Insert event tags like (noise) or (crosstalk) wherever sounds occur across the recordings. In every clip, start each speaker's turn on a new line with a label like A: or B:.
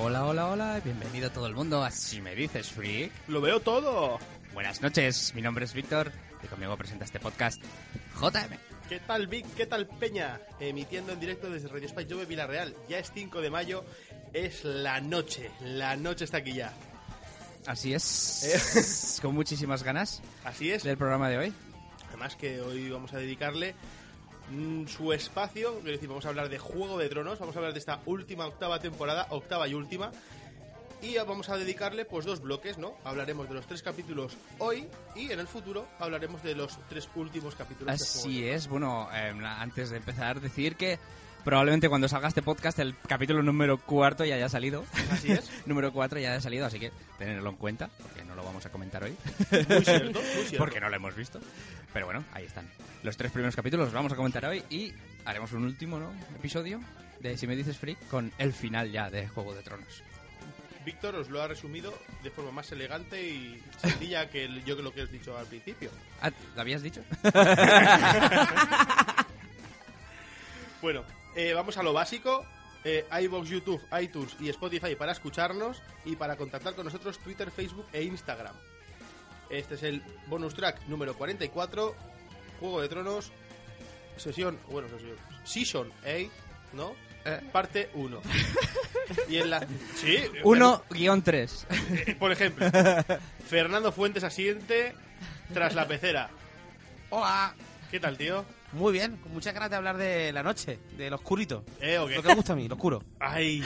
A: Hola, hola, hola, bienvenido todo el mundo a Si me dices freak.
B: Lo veo todo.
A: Buenas noches, mi nombre es Víctor y conmigo presenta este podcast JM.
B: ¿Qué tal Vic? ¿Qué tal Peña? Emitiendo en directo desde Radio España Jove Villarreal. Ya es 5 de mayo, es la noche. La noche está aquí ya.
A: Así es, con muchísimas ganas
B: Así es.
A: del programa de hoy.
B: Además que hoy vamos a dedicarle mm, su espacio, es decir, vamos a hablar de Juego de Tronos, vamos a hablar de esta última octava temporada, octava y última. Y vamos a dedicarle pues dos bloques, ¿no? Hablaremos de los tres capítulos hoy y en el futuro hablaremos de los tres últimos capítulos.
A: Así es, bueno, eh, antes de empezar, decir que probablemente cuando salga este podcast, el capítulo número cuarto ya haya salido. (laughs)
B: Así es.
A: número cuatro ya haya salido, así que tenerlo en cuenta, porque no lo vamos a comentar hoy.
B: Muy
A: (laughs)
B: cierto, muy cierto.
A: porque no lo hemos visto. Pero bueno, ahí están. Los tres primeros capítulos los vamos a comentar hoy y haremos un último ¿no? episodio de Si me dices freak con el final ya de Juego de Tronos.
B: Víctor os lo ha resumido de forma más elegante y sencilla que el- yo que lo que os he dicho al principio.
A: Ah, ¿lo habías dicho?
B: Bueno, eh, vamos a lo básico. Eh, iVoox, YouTube, iTunes y Spotify para escucharnos y para contactar con nosotros Twitter, Facebook e Instagram. Este es el bonus track número 44, Juego de Tronos, sesión, bueno, sesión, season 8, ¿no?
A: Eh.
B: Parte 1. y en la... Sí,
A: 1-3.
B: eh, por ejemplo, Fernando Fuentes asiente tras la pecera.
C: Hola.
B: ¿Qué tal, tío?
C: Muy bien, con muchas ganas de hablar de la noche, del oscurito.
B: Eh, ¿o qué?
C: Lo que me gusta a mí,
A: (laughs)
C: lo oscuro.
B: Ay,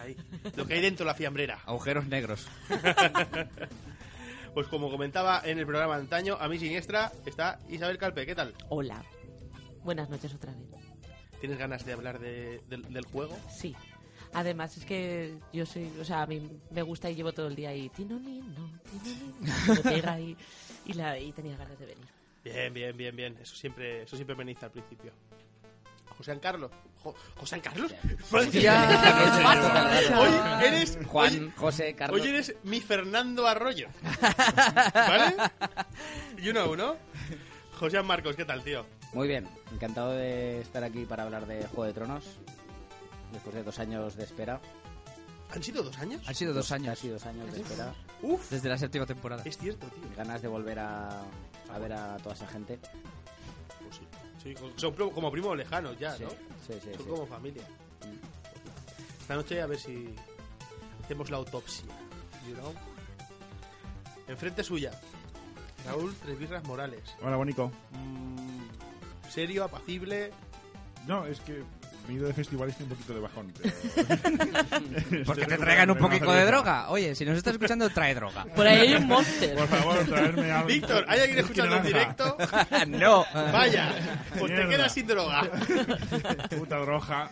B: ay, lo que hay dentro de la fiambrera.
A: Agujeros negros.
B: Pues como comentaba en el programa antaño, a mi siniestra está Isabel Calpe. ¿Qué tal?
D: Hola. Buenas noches otra vez.
B: ¿Tienes ganas de hablar de- del- del juego?
D: Sí. Además, es que yo soy, o sea, a mí me gusta y llevo todo el día ahí, tinonino, tinonino, y me pega y, y, la, y tenía ganas de venir.
B: Bien, bien, bien, bien. Eso siempre, eso siempre peniza al principio. José Carlos. Jo- ¿José Carlos? Hoy eres.
A: Juan, José, Carlos.
B: Hoy eres mi Fernando
C: (laughs)
B: Arroyo. ¿Vale? Y uno a uno. José Marcos, ¿qué tal, tío?
E: Muy bien, encantado de estar aquí para hablar de Juego de Tronos. Después de dos años de espera.
B: ¿Han sido dos años?
A: Han sido dos años
E: Casi dos años de espera.
B: Uf,
A: desde la séptima temporada.
B: es cierto, tío.
E: Ganas de volver a, a ver a toda esa gente.
B: Pues sí. Sí, co- son pro- como primos lejanos
A: Ah,
B: ya,
E: Sí,
B: ¿no?
E: sí, sí.
B: Son
E: sí.
B: como familia. Esta noche a ver si hacemos la autopsia. You know? Enfrente suya, Raúl Tres Birras Morales.
F: Hola, Bonico.
B: Mm, serio, apacible.
F: No, es que mi ido de festival estoy un poquito de bajón. Pero...
A: (laughs) Porque
F: Estoy
A: te traigan un
F: recuperando una
A: poquito de
F: cerveza.
A: droga. Oye, si nos estás escuchando, trae
B: (laughs)
A: droga.
D: Por ahí hay un monster.
F: Por favor, traerme algo.
B: Víctor, ¿hay alguien
F: Es que
B: escuchando en
F: naranja.
B: directo?
A: no.
B: Vaya, pues te
F: Mierda.
B: quedas sin droga.
F: Puta droga.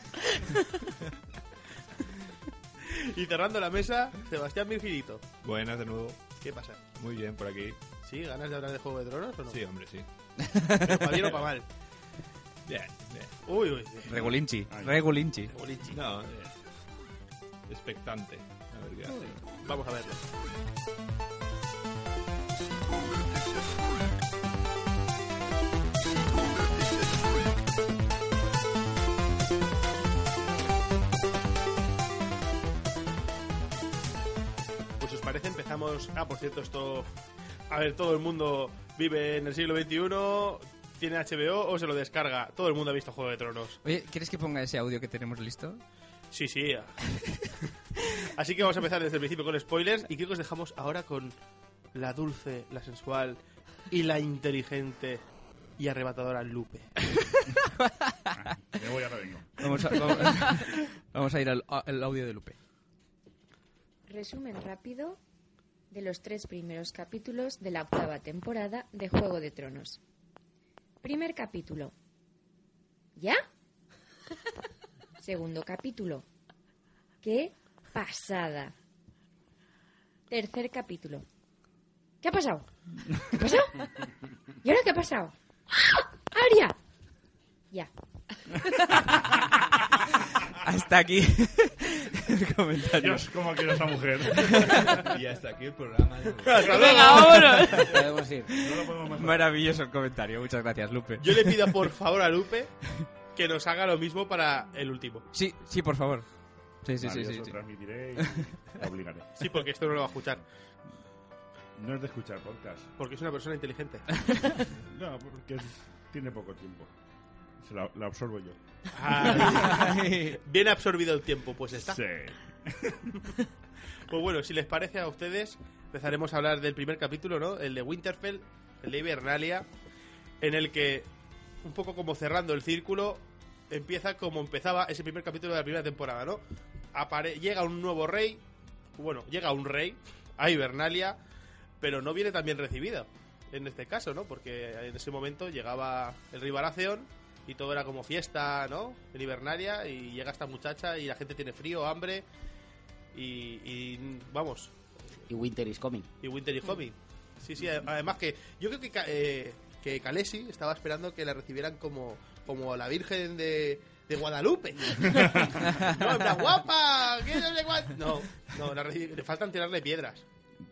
B: Y cerrando la mesa, Sebastián Virgilito.
G: Buenas de nuevo.
B: ¿Qué pasa?
G: Muy bien por aquí.
B: ¿Sí? ¿Ganas de hablar de Juego de Tronos o no?
G: Sí, hombre, sí.
B: Pero para bien o para mal.
G: Bien, bien.
B: Uy, uy.
A: Regulinchi. Regulinchi.
B: Bolinchi.
G: No, bien. expectante. A ver qué hace.
B: Vamos a verlo. Pues os parece, empezamos. Ah, por cierto, esto. A ver, todo el mundo vive en el siglo XXI, tiene HBO o se lo descarga. Todo el mundo ha visto Juego de Tronos.
A: Oye, ¿quieres que ponga ese audio que tenemos listo?
B: Sí, sí. (laughs) Así que vamos a empezar desde el principio con spoilers y creo que os dejamos ahora con la dulce, la sensual y la inteligente y arrebatadora Lupe.
F: Me voy, ahora vengo.
A: Vamos a,
B: (laughs)
A: vamos, vamos a ir al al audio de Lupe.
H: Resumen rápido de los tres primeros capítulos de la octava temporada de Juego de Tronos. Primer capítulo. ¿Ya? Segundo capítulo. ¡Qué pasada! Tercer capítulo. ¿Qué ha pasado? ¿Qué ha pasado? ¿Y ahora qué ha pasado? ¡Ah! ¡Aria! Ya.
A: Hasta aquí (laughs) el comentario.
F: Dios, cómo quiero a
A: (laughs)
F: esa mujer.
G: (laughs) Y hasta aquí el programa. de hoy.
D: (laughs) Venga, vámonos.
E: (laughs) Podemos ir.
F: No lo podemos mejorar.
A: Maravilloso el comentario, muchas gracias, Lupe.
B: Yo le pido por favor a Lupe que nos haga lo mismo para el último.
A: Sí, sí, por favor. Sí, sí,
F: Vale,
A: sí,
F: yo
A: sí,
F: se lo
A: sí.
F: transmitiré y la obligaré.
B: Sí, porque esto no lo va a escuchar.
F: No es de escuchar podcast.
B: Porque es una persona
D: (laughs)
B: inteligente.
F: No, porque es- tiene poco tiempo. Se la, la absorbo yo.
B: Ay, Ah, bien absorbido el tiempo, pues está.
F: Sí.
B: Pues bueno, si les parece a ustedes, empezaremos a hablar del primer capítulo, ¿no? El de Winterfell, el de Hibernalia, en el que, un poco como cerrando el círculo, empieza como empezaba ese primer capítulo de la primera temporada, ¿no? Apare- llega un nuevo rey, bueno, llega un rey a Hibernalia, pero no viene tan bien recibido, en este caso, ¿no? Porque en ese momento llegaba el rey Baratheon y todo era como fiesta, ¿no? En Hibernalia y llega esta muchacha y la gente tiene frío, hambre y, y, vamos,
E: Y Winter is coming.
B: y Winter y Hobby. Sí, sí, a- además que yo creo que, Ca- eh, que Kalesi estaba esperando que la recibieran como, como la Virgen de, de (laughs) Guadalupe. no, en plan, guapa, ¿qué no sé cuál? No, no, la reci- le faltan tirarle piedras. (laughs)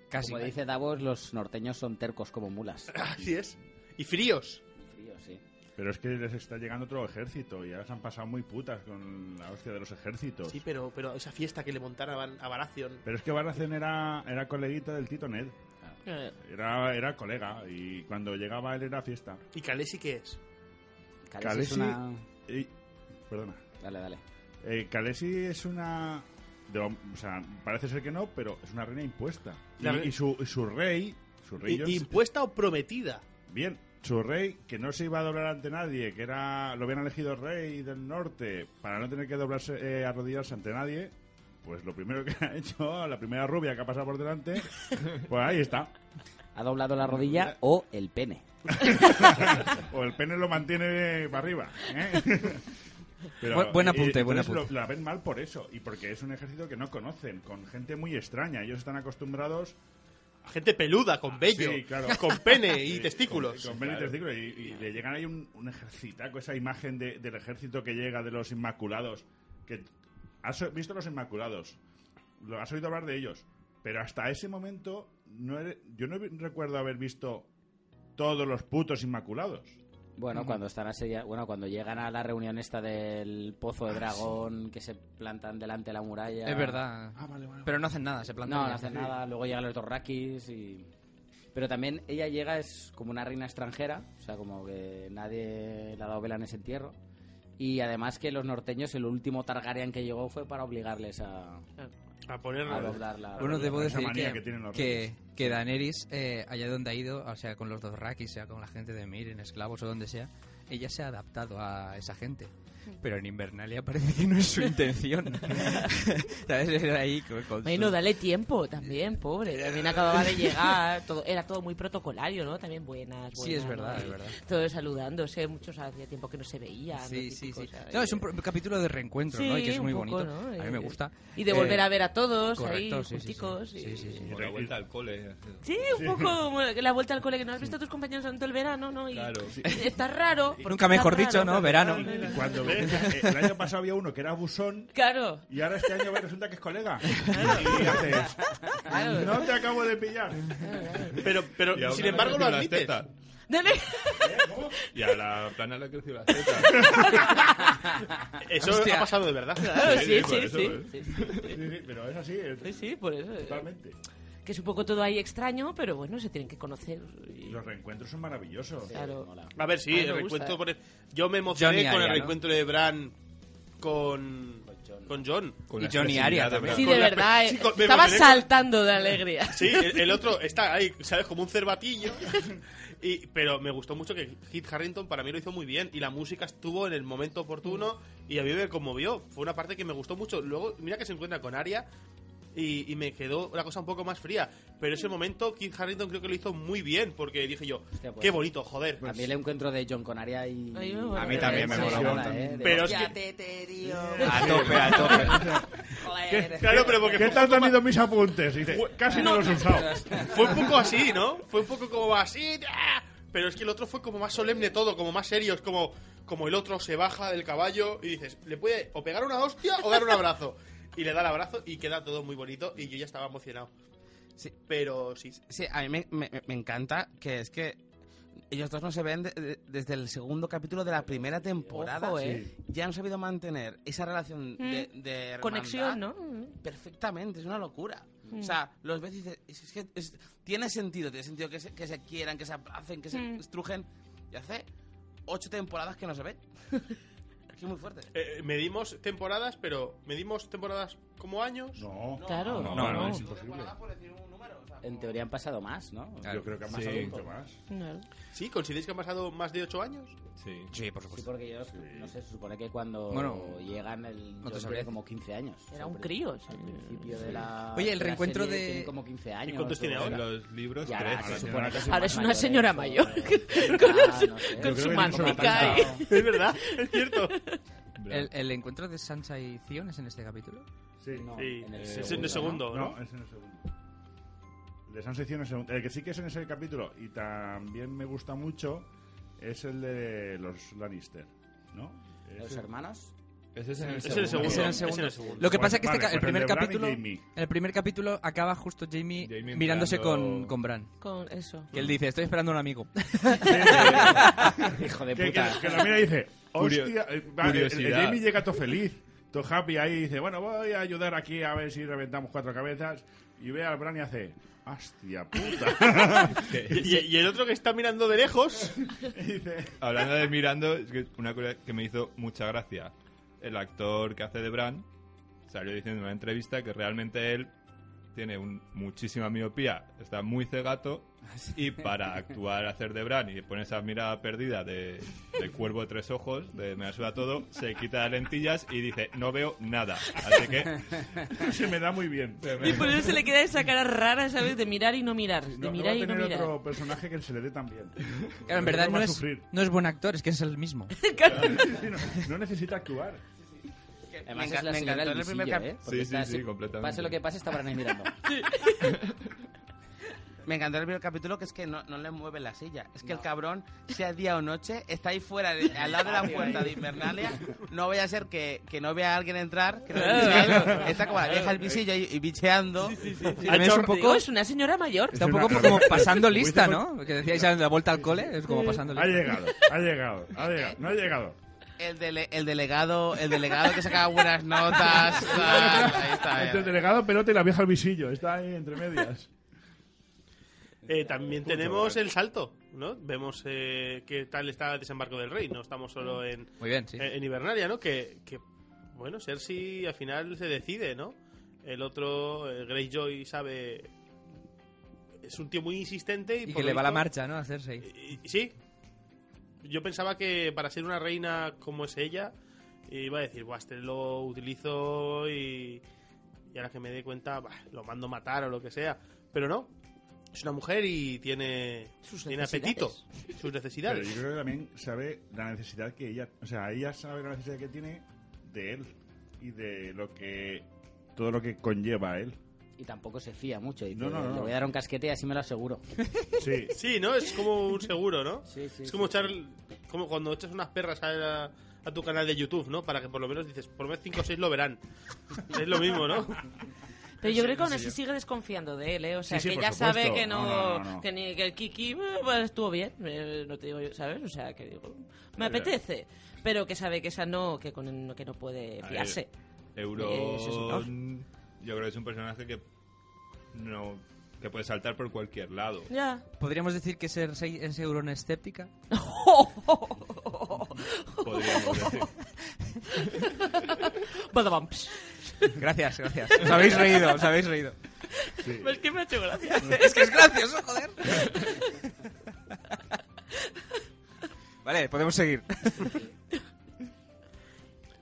A: Casi.
E: Como dice Davos, los norteños son tercos como mulas.
B: Así es. Y fríos.
E: Frío, sí.
F: Pero es que les está llegando otro ejército y ahora se han pasado muy putas con la hostia de los ejércitos.
B: Sí, pero, pero esa fiesta que le montaron a, a Baratheon.
F: Pero es que Baratheon era, era coleguita del Tito Ned.
B: Ah.
D: Eh,
F: Era, era colega y cuando llegaba él era fiesta.
B: ¿Y Kalesi qué es?
E: Khaleesi
F: Khaleesi-
E: es una...
F: Y, perdona.
E: Dale, dale.
F: Eh, Khaleesi es una... de- o sea, parece ser que no, pero es una reina impuesta. Y,
B: La re-
F: y su, y su rey... Su rey
B: I-
F: John-
B: ¿Impuesta o prometida?
F: Bien, su rey, que no se iba a doblar ante nadie, que era lo habían elegido rey del norte para no tener que doblarse, eh, arrodillarse ante nadie, pues lo primero que (laughs) ha hecho, la primera rubia que ha pasado por delante, pues ahí está.
E: Ha doblado la rodilla o el pene.
F: O el pene lo mantiene para arriba.
A: (laughs)
F: ¿eh?
A: Bu- buen
F: y-
A: apunte,
F: y
A: buen
F: entonces
A: apunte.
F: lo- la ven mal por eso, y porque es un ejército que no conocen, con gente muy extraña. Ellos están acostumbrados
B: Gente peluda, con vello,
F: Ah, Sí, claro.
B: con pene y
F: (laughs) Sí,
B: testículos.
F: Con, con pene y testículos. Y, y le llegan ahí un, un ejercitaco, esa imagen de- del ejército que llega de los Inmaculados. Que, ¿Has o- visto los Inmaculados? Lo, has oído hablar de ellos. Pero hasta ese momento no he- yo no he- recuerdo haber visto todos los putos Inmaculados.
E: Bueno, cuando están asedia- bueno, cuando llegan a la reunión esta del pozo de dragón que se plantan delante de la muralla.
A: Ah, Es verdad. Pero no hacen nada, se plantan. y
E: No, no
A: ya
E: hacen
A: está.
E: nada, luego llegan los Dorrakis y pero también ella llega es como una reina extranjera, o sea, como que nadie le ha dado vela en ese entierro. Y además que los norteños el último Targaryen que llegó fue para obligarles a,
B: A poner
E: a doblar la
A: Bueno, debo
F: Esa
A: decir
F: manía
A: que,
F: que tienen los
A: que, que Daenerys, eh, allá donde ha ido, o sea, con los dos rakis, sea con la gente de Miren, esclavos o donde sea, ella se ha adaptado a esa gente. Pero en Invernalia parece que no es su
E: (laughs)
A: intención. (laughs) ¿Sabes? Era ahí con, con
D: Bueno,
A: su-
D: dale tiempo también, pobre. También acababa de llegar. Todo, era todo muy protocolario, ¿no? También buenas.
A: Sí, es
D: buenas,
A: verdad,
D: ¿no?
A: es verdad.
D: Todos saludándose. Muchos hacía tiempo que no se veían.
A: Sí,
D: lo
A: sí,
D: típico,
A: sí.
D: o sea,
A: No, es un
D: eh,
A: pro- capítulo de reencuentro,
D: Sí,
A: ¿no? Y que es
D: un
A: muy
D: poco,
A: bonito.
D: ¿no? Eh,
A: A mí me gusta.
D: Y de volver
A: Eh,
D: a ver a todos
A: correcto, sí, sí,
D: ahí,
A: sí.
D: junticos. y-
A: Sí, sí, sí.
G: Como la vuelta al cole.
D: Sí, un poco como la vuelta al cole que no has visto a tus compañeros durante el verano, ¿no? Y
G: Claro.
F: (laughs)
D: Está raro.
A: Por un mejor
D: está
A: dicho,
D: raro.
A: ¿no? Verano.
F: Ah, Y Cuando ves, eh, el año pasado había uno que era busón
D: Claro.
F: y ahora este año resulta que es colega. Y haces,
D: claro.
F: no te acabo de pillar.
B: Pero,
G: Y
B: pero
G: ahora
B: sin
G: le
B: embargo lo
G: creció las
B: admites.
G: tetas.
D: Dale.
F: ¿Eh?
G: Y a la plana le ha crecido las tetas.
B: Eso
A: Hostia.
B: ha pasado de verdad. (laughs)
D: Claro, (laughs) sí,
G: por
D: sí,
G: eso,
D: sí.
G: ¿eh?
D: Sí, sí.
F: Sí, sí, pero es así, es-
D: Sí, sí, por eso. eh.
F: totalmente.
D: Que es un poco todo ahí extraño, pero bueno, se tienen que conocer. y-
F: Los reencuentros son maravillosos.
D: Claro.
B: A ver, sí,
D: A mí me
B: el
D: gusta,
B: reencuentro.
D: eh.
B: por el- Yo me emocioné
A: Johnny
B: con el
A: Arias, ¿no?
B: reencuentro de Bran con, con John.
G: Con
A: Y
G: las
A: Johnny
G: tres
A: Aria
G: miradas,
A: también.
D: Sí,
B: Con
D: de
B: la-
D: verdad, eh.
B: sí, con- me
D: Estaba
B: emocioné con-
D: saltando de
B: (laughs)
D: alegría.
E: (laughs)
B: Sí, el, el otro está ahí, ¿sabes? Como un cervatillo. (laughs) Y, pero me gustó mucho que Kit Harrington para mí lo hizo muy bien y la música estuvo en el momento oportuno
E: Mm.
B: y a mí me conmovió. Fue una parte que me gustó mucho. Luego, mira que se encuentra con Aria y, y me quedó la cosa un poco más fría. Pero ese momento Kit Harrington creo que lo hizo muy bien porque dije yo,
E: Hostia, pues.
B: qué bonito, joder.
E: A mí el encuentro de John con Aria y...
D: A mí me mola.
A: A mí también me
E: Sí,
A: mola
E: sí,
A: un
E: mola,
A: montón.
E: ¿eh? De-
B: Pero es que-
A: A tope, a tope.
B: Claro, pero porque
F: ¿Qué
B: fue
F: tal
B: un
F: te
B: poco
F: han ido mis apuntes? Y dice, casi no los he usado.
B: Fue un poco así, ¿no? Fue un poco como así. ¡ah! Pero es que el otro fue como más solemne todo, como más serio. Es como, como el otro se baja del caballo y dices, le puede o pegar una hostia o dar un abrazo. Y le da el abrazo y queda todo muy bonito y yo ya estaba emocionado.
C: Sí.
B: Pero sí.
C: Sí, a mí me, me- me encanta que es que Ellos dos no se ven de- de- desde el segundo capítulo de la primera temporada.
D: Ojo, Mm.
C: ¿eh? Ya han sabido mantener esa relación de, de hermandad
D: (laughs) Conexión, ¿no? Mm.
C: Perfectamente, es una locura. O sea, los ves y dices, es, es que es- tiene sentido, tiene sentido que se, que se quieran, que se abracen, que se
D: Mm.
C: estrujen. Y hace ocho temporadas que no
D: (laughs)
C: se ve. es que es muy fuerte.
B: Eh, medimos temporadas, pero medimos temporadas como años.
F: No.
D: Claro.
F: No,
A: no,
F: no.
A: es
C: imposible. Por decir un número, o sea,
E: En
C: como-
E: teoría han pasado más, ¿no?
A: Claro.
F: Yo creo que ha
G: Sí.
F: pasado mucho más.
D: No.
B: Sí, ¿consideráis que han pasado más de 8 años? (laughs)
G: Sí.
A: Sí, por
E: Sí,
A: supuesto.
E: porque ellos, no sé, se supone que cuando
A: Bueno,
E: llegan el...
A: no te
E: yo
A: sabría
E: tenía como 15 años.
D: Era
E: O sea,
D: un
E: al
D: crío, o sea,
E: principio de la...
A: Oye, el
E: de la
A: reencuentro
E: serie
A: de-
E: tiene como 15 años. pues,
B: cuántos tiene
E: o-
G: En
B: ahora?
G: los libros,
E: Y ahora
G: tres.
E: se supone que son
D: Ahora
E: más
D: es una
E: mayores,
D: señora
E: o-
D: mayor.
E: Ah, ¿eh? no
A: (laughs)
E: sé.
D: Con
F: Yo
D: su
F: creo que tiene sobre
D: mantica.
F: 30.
D: ¿eh?
B: Es verdad, es cierto.
A: ¿El, el encuentro de Sansa y Theon es en este capítulo?
F: Sí.
E: No,
B: Sí,
E: en el
B: es en el
E: segundo,
B: segundo, ¿no?
F: No, es en el segundo. El de Sansa y Cion es el segundo. El que sí que es en ese capítulo y también me gusta mucho es el de los Lannister, ¿no?
E: ¿Los
F: Ese-
E: hermanos?
G: Ese es en el
B: Es en el segundo.
G: segundo.
A: Ese era el
B: es en el
A: segundo.
B: segundo.
A: Lo que pasa es que
F: Vale,
A: este ca- el
F: pues
A: primer
F: el de Bran y
A: capítulo
F: Jaime.
A: el primer capítulo acaba justo Jamie,
G: Jaime
A: mirándose
G: mirando-
A: con, con Bran.
D: Con eso.
A: Que él dice, estoy esperando a un amigo.
E: Hijo de
F: Que,
E: puta.
F: que- que la mira y dice,
G: Curio-
F: hostia, eh, vale, el- el,
G: curiosidad.
F: Jamie llega todo feliz, todo happy ahí y dice, bueno, voy a ayudar aquí a ver si reventamos cuatro cabezas. Y ve al Bran y hace, hostia puta. (laughs)
B: Y, y- y el otro que está mirando de lejos.
F: y dice,
G: Hablando de Mirando, es que una cosa que me hizo mucha gracia. El actor que hace de Bran salió diciendo en una entrevista que realmente él tiene un- muchísima miopía, está muy cegato y para actuar, hacer de Bran y poner esa mirada perdida de, de cuervo de tres ojos, de me la suda todo, se quita las lentillas y dice, no veo nada. Así que...
F: se me da muy bien.
D: Y por eso se le queda esa cara rara, ¿sabes? De mirar y no mirar. De
F: No, no va
D: mirar
F: a
D: y no
F: tener
D: mirar.
F: otro personaje que se le dé tan bien.
A: Claro, en
F: Pero
A: verdad
F: va
A: no
F: a
A: es, (laughs)
F: sufrir.
A: no es buen actor, es que es el
D: (laughs)
A: mismo.
F: (laughs) Sí, no, no necesita actuar.
E: Además,
C: Me
E: es la
C: enca- me
E: señora
C: encantó
E: del
C: el primer
E: visillo,
C: cap-
E: ¿eh? Porque
G: Sí,
E: está
G: sí, sí, completamente.
E: Pase lo que pase, está Bran ahí mirando.
C: Me encantó el primer capítulo que es que no, no le mueven la silla. Es que el cabrón, sea día o noche, está ahí fuera, de- al lado de la puerta de Invernalia. No vaya a ser que, que no vea a alguien entrar. que no le
D: Claro.
C: diga algo. está como la vieja del visillo ahí, y bicheando.
A: También es un
D: Digo,
A: poco,
D: es una señora mayor.
A: está un
F: Es
A: poco
F: una-
A: como pasando lista, ¿no? Que decíais a la vuelta al cole, es como pasando
F: Ha
A: lista.
F: llegado, ha llegado, ha llegado, no ha llegado.
C: El, dele- el delegado el delegado que sacaba buenas
A: (laughs)
C: notas. tal, ahí
B: Ah,
C: está,
F: Entre el
C: ya.
F: delegado pelota y la vieja al visillo, está ahí entre
B: (laughs)
F: medias.
B: Eh, también tenemos el salto, ¿no? Vemos eh, qué tal está el desembarco del rey. No estamos solo en,
A: Muy bien, Mm, sí.
B: eh, en Hibernalia, ¿no? Que, que, bueno, Cersei al final se decide, ¿no? El otro, eh, Greyjoy, sabe. Es un tío muy insistente y.
A: Y que
B: por
A: le
B: lo
A: va la
B: visto-
A: marcha, ¿no? A Cersei.
B: Y- y- Sí. Yo pensaba que para ser una reina como es ella, iba a decir, Buah, este lo utilizo y, y ahora que me dé cuenta, bah, lo mando a matar o lo que sea. Pero no. Es una mujer y tiene,
D: Sus
B: tiene
D: necesidades.
B: apetito, sus
F: Pero
B: necesidades.
F: yo creo que también sabe la necesidad que ella, o sea, ella sabe la necesidad que tiene de él y de lo que todo lo que conlleva a él.
E: Y tampoco se fía mucho. Dice,
F: No, no, no.
E: Le voy a dar un casquete y así me lo aseguro.
B: (laughs)
F: Sí.
B: Sí, ¿no? Es como un seguro, ¿no?
E: Sí, sí,
B: es como
E: sí,
B: echar. Como cuando echas unas perras a, la- a tu canal de YouTube, ¿no? Para que por lo menos dices, por lo menos 5 o 6 lo verán. es lo mismo,
E: (laughs)
B: ¿no?
D: Pero yo creo que aún así sigue desconfiando de él, ¿eh? O sea,
F: Sí, sí,
D: que
F: por
D: ya sabe
F: supuesto.
D: que no,
F: No, no, no, no.
D: Que, ni, que el Kiki eh, pues, estuvo bien, eh, no te digo yo, ¿sabes? O sea, que digo, me apetece, pero que sabe que esa no, que, con, que no puede
G: A ver,
D: fiarse. Eh, sí, señor.
G: Euron, yo creo que es un personaje que no que puede saltar por cualquier lado.
D: Ya.
A: ¿Podríamos decir que Cersei es
C: (laughs)
A: euronescéptica?
G: Podríamos decir.
D: Badabamps.
A: Gracias, gracias. Os habéis reído, os habéis
C: (laughs)
A: reído.
D: Es que me ha hecho gracia.
A: Es que es gracioso, joder. Vale, podemos seguir.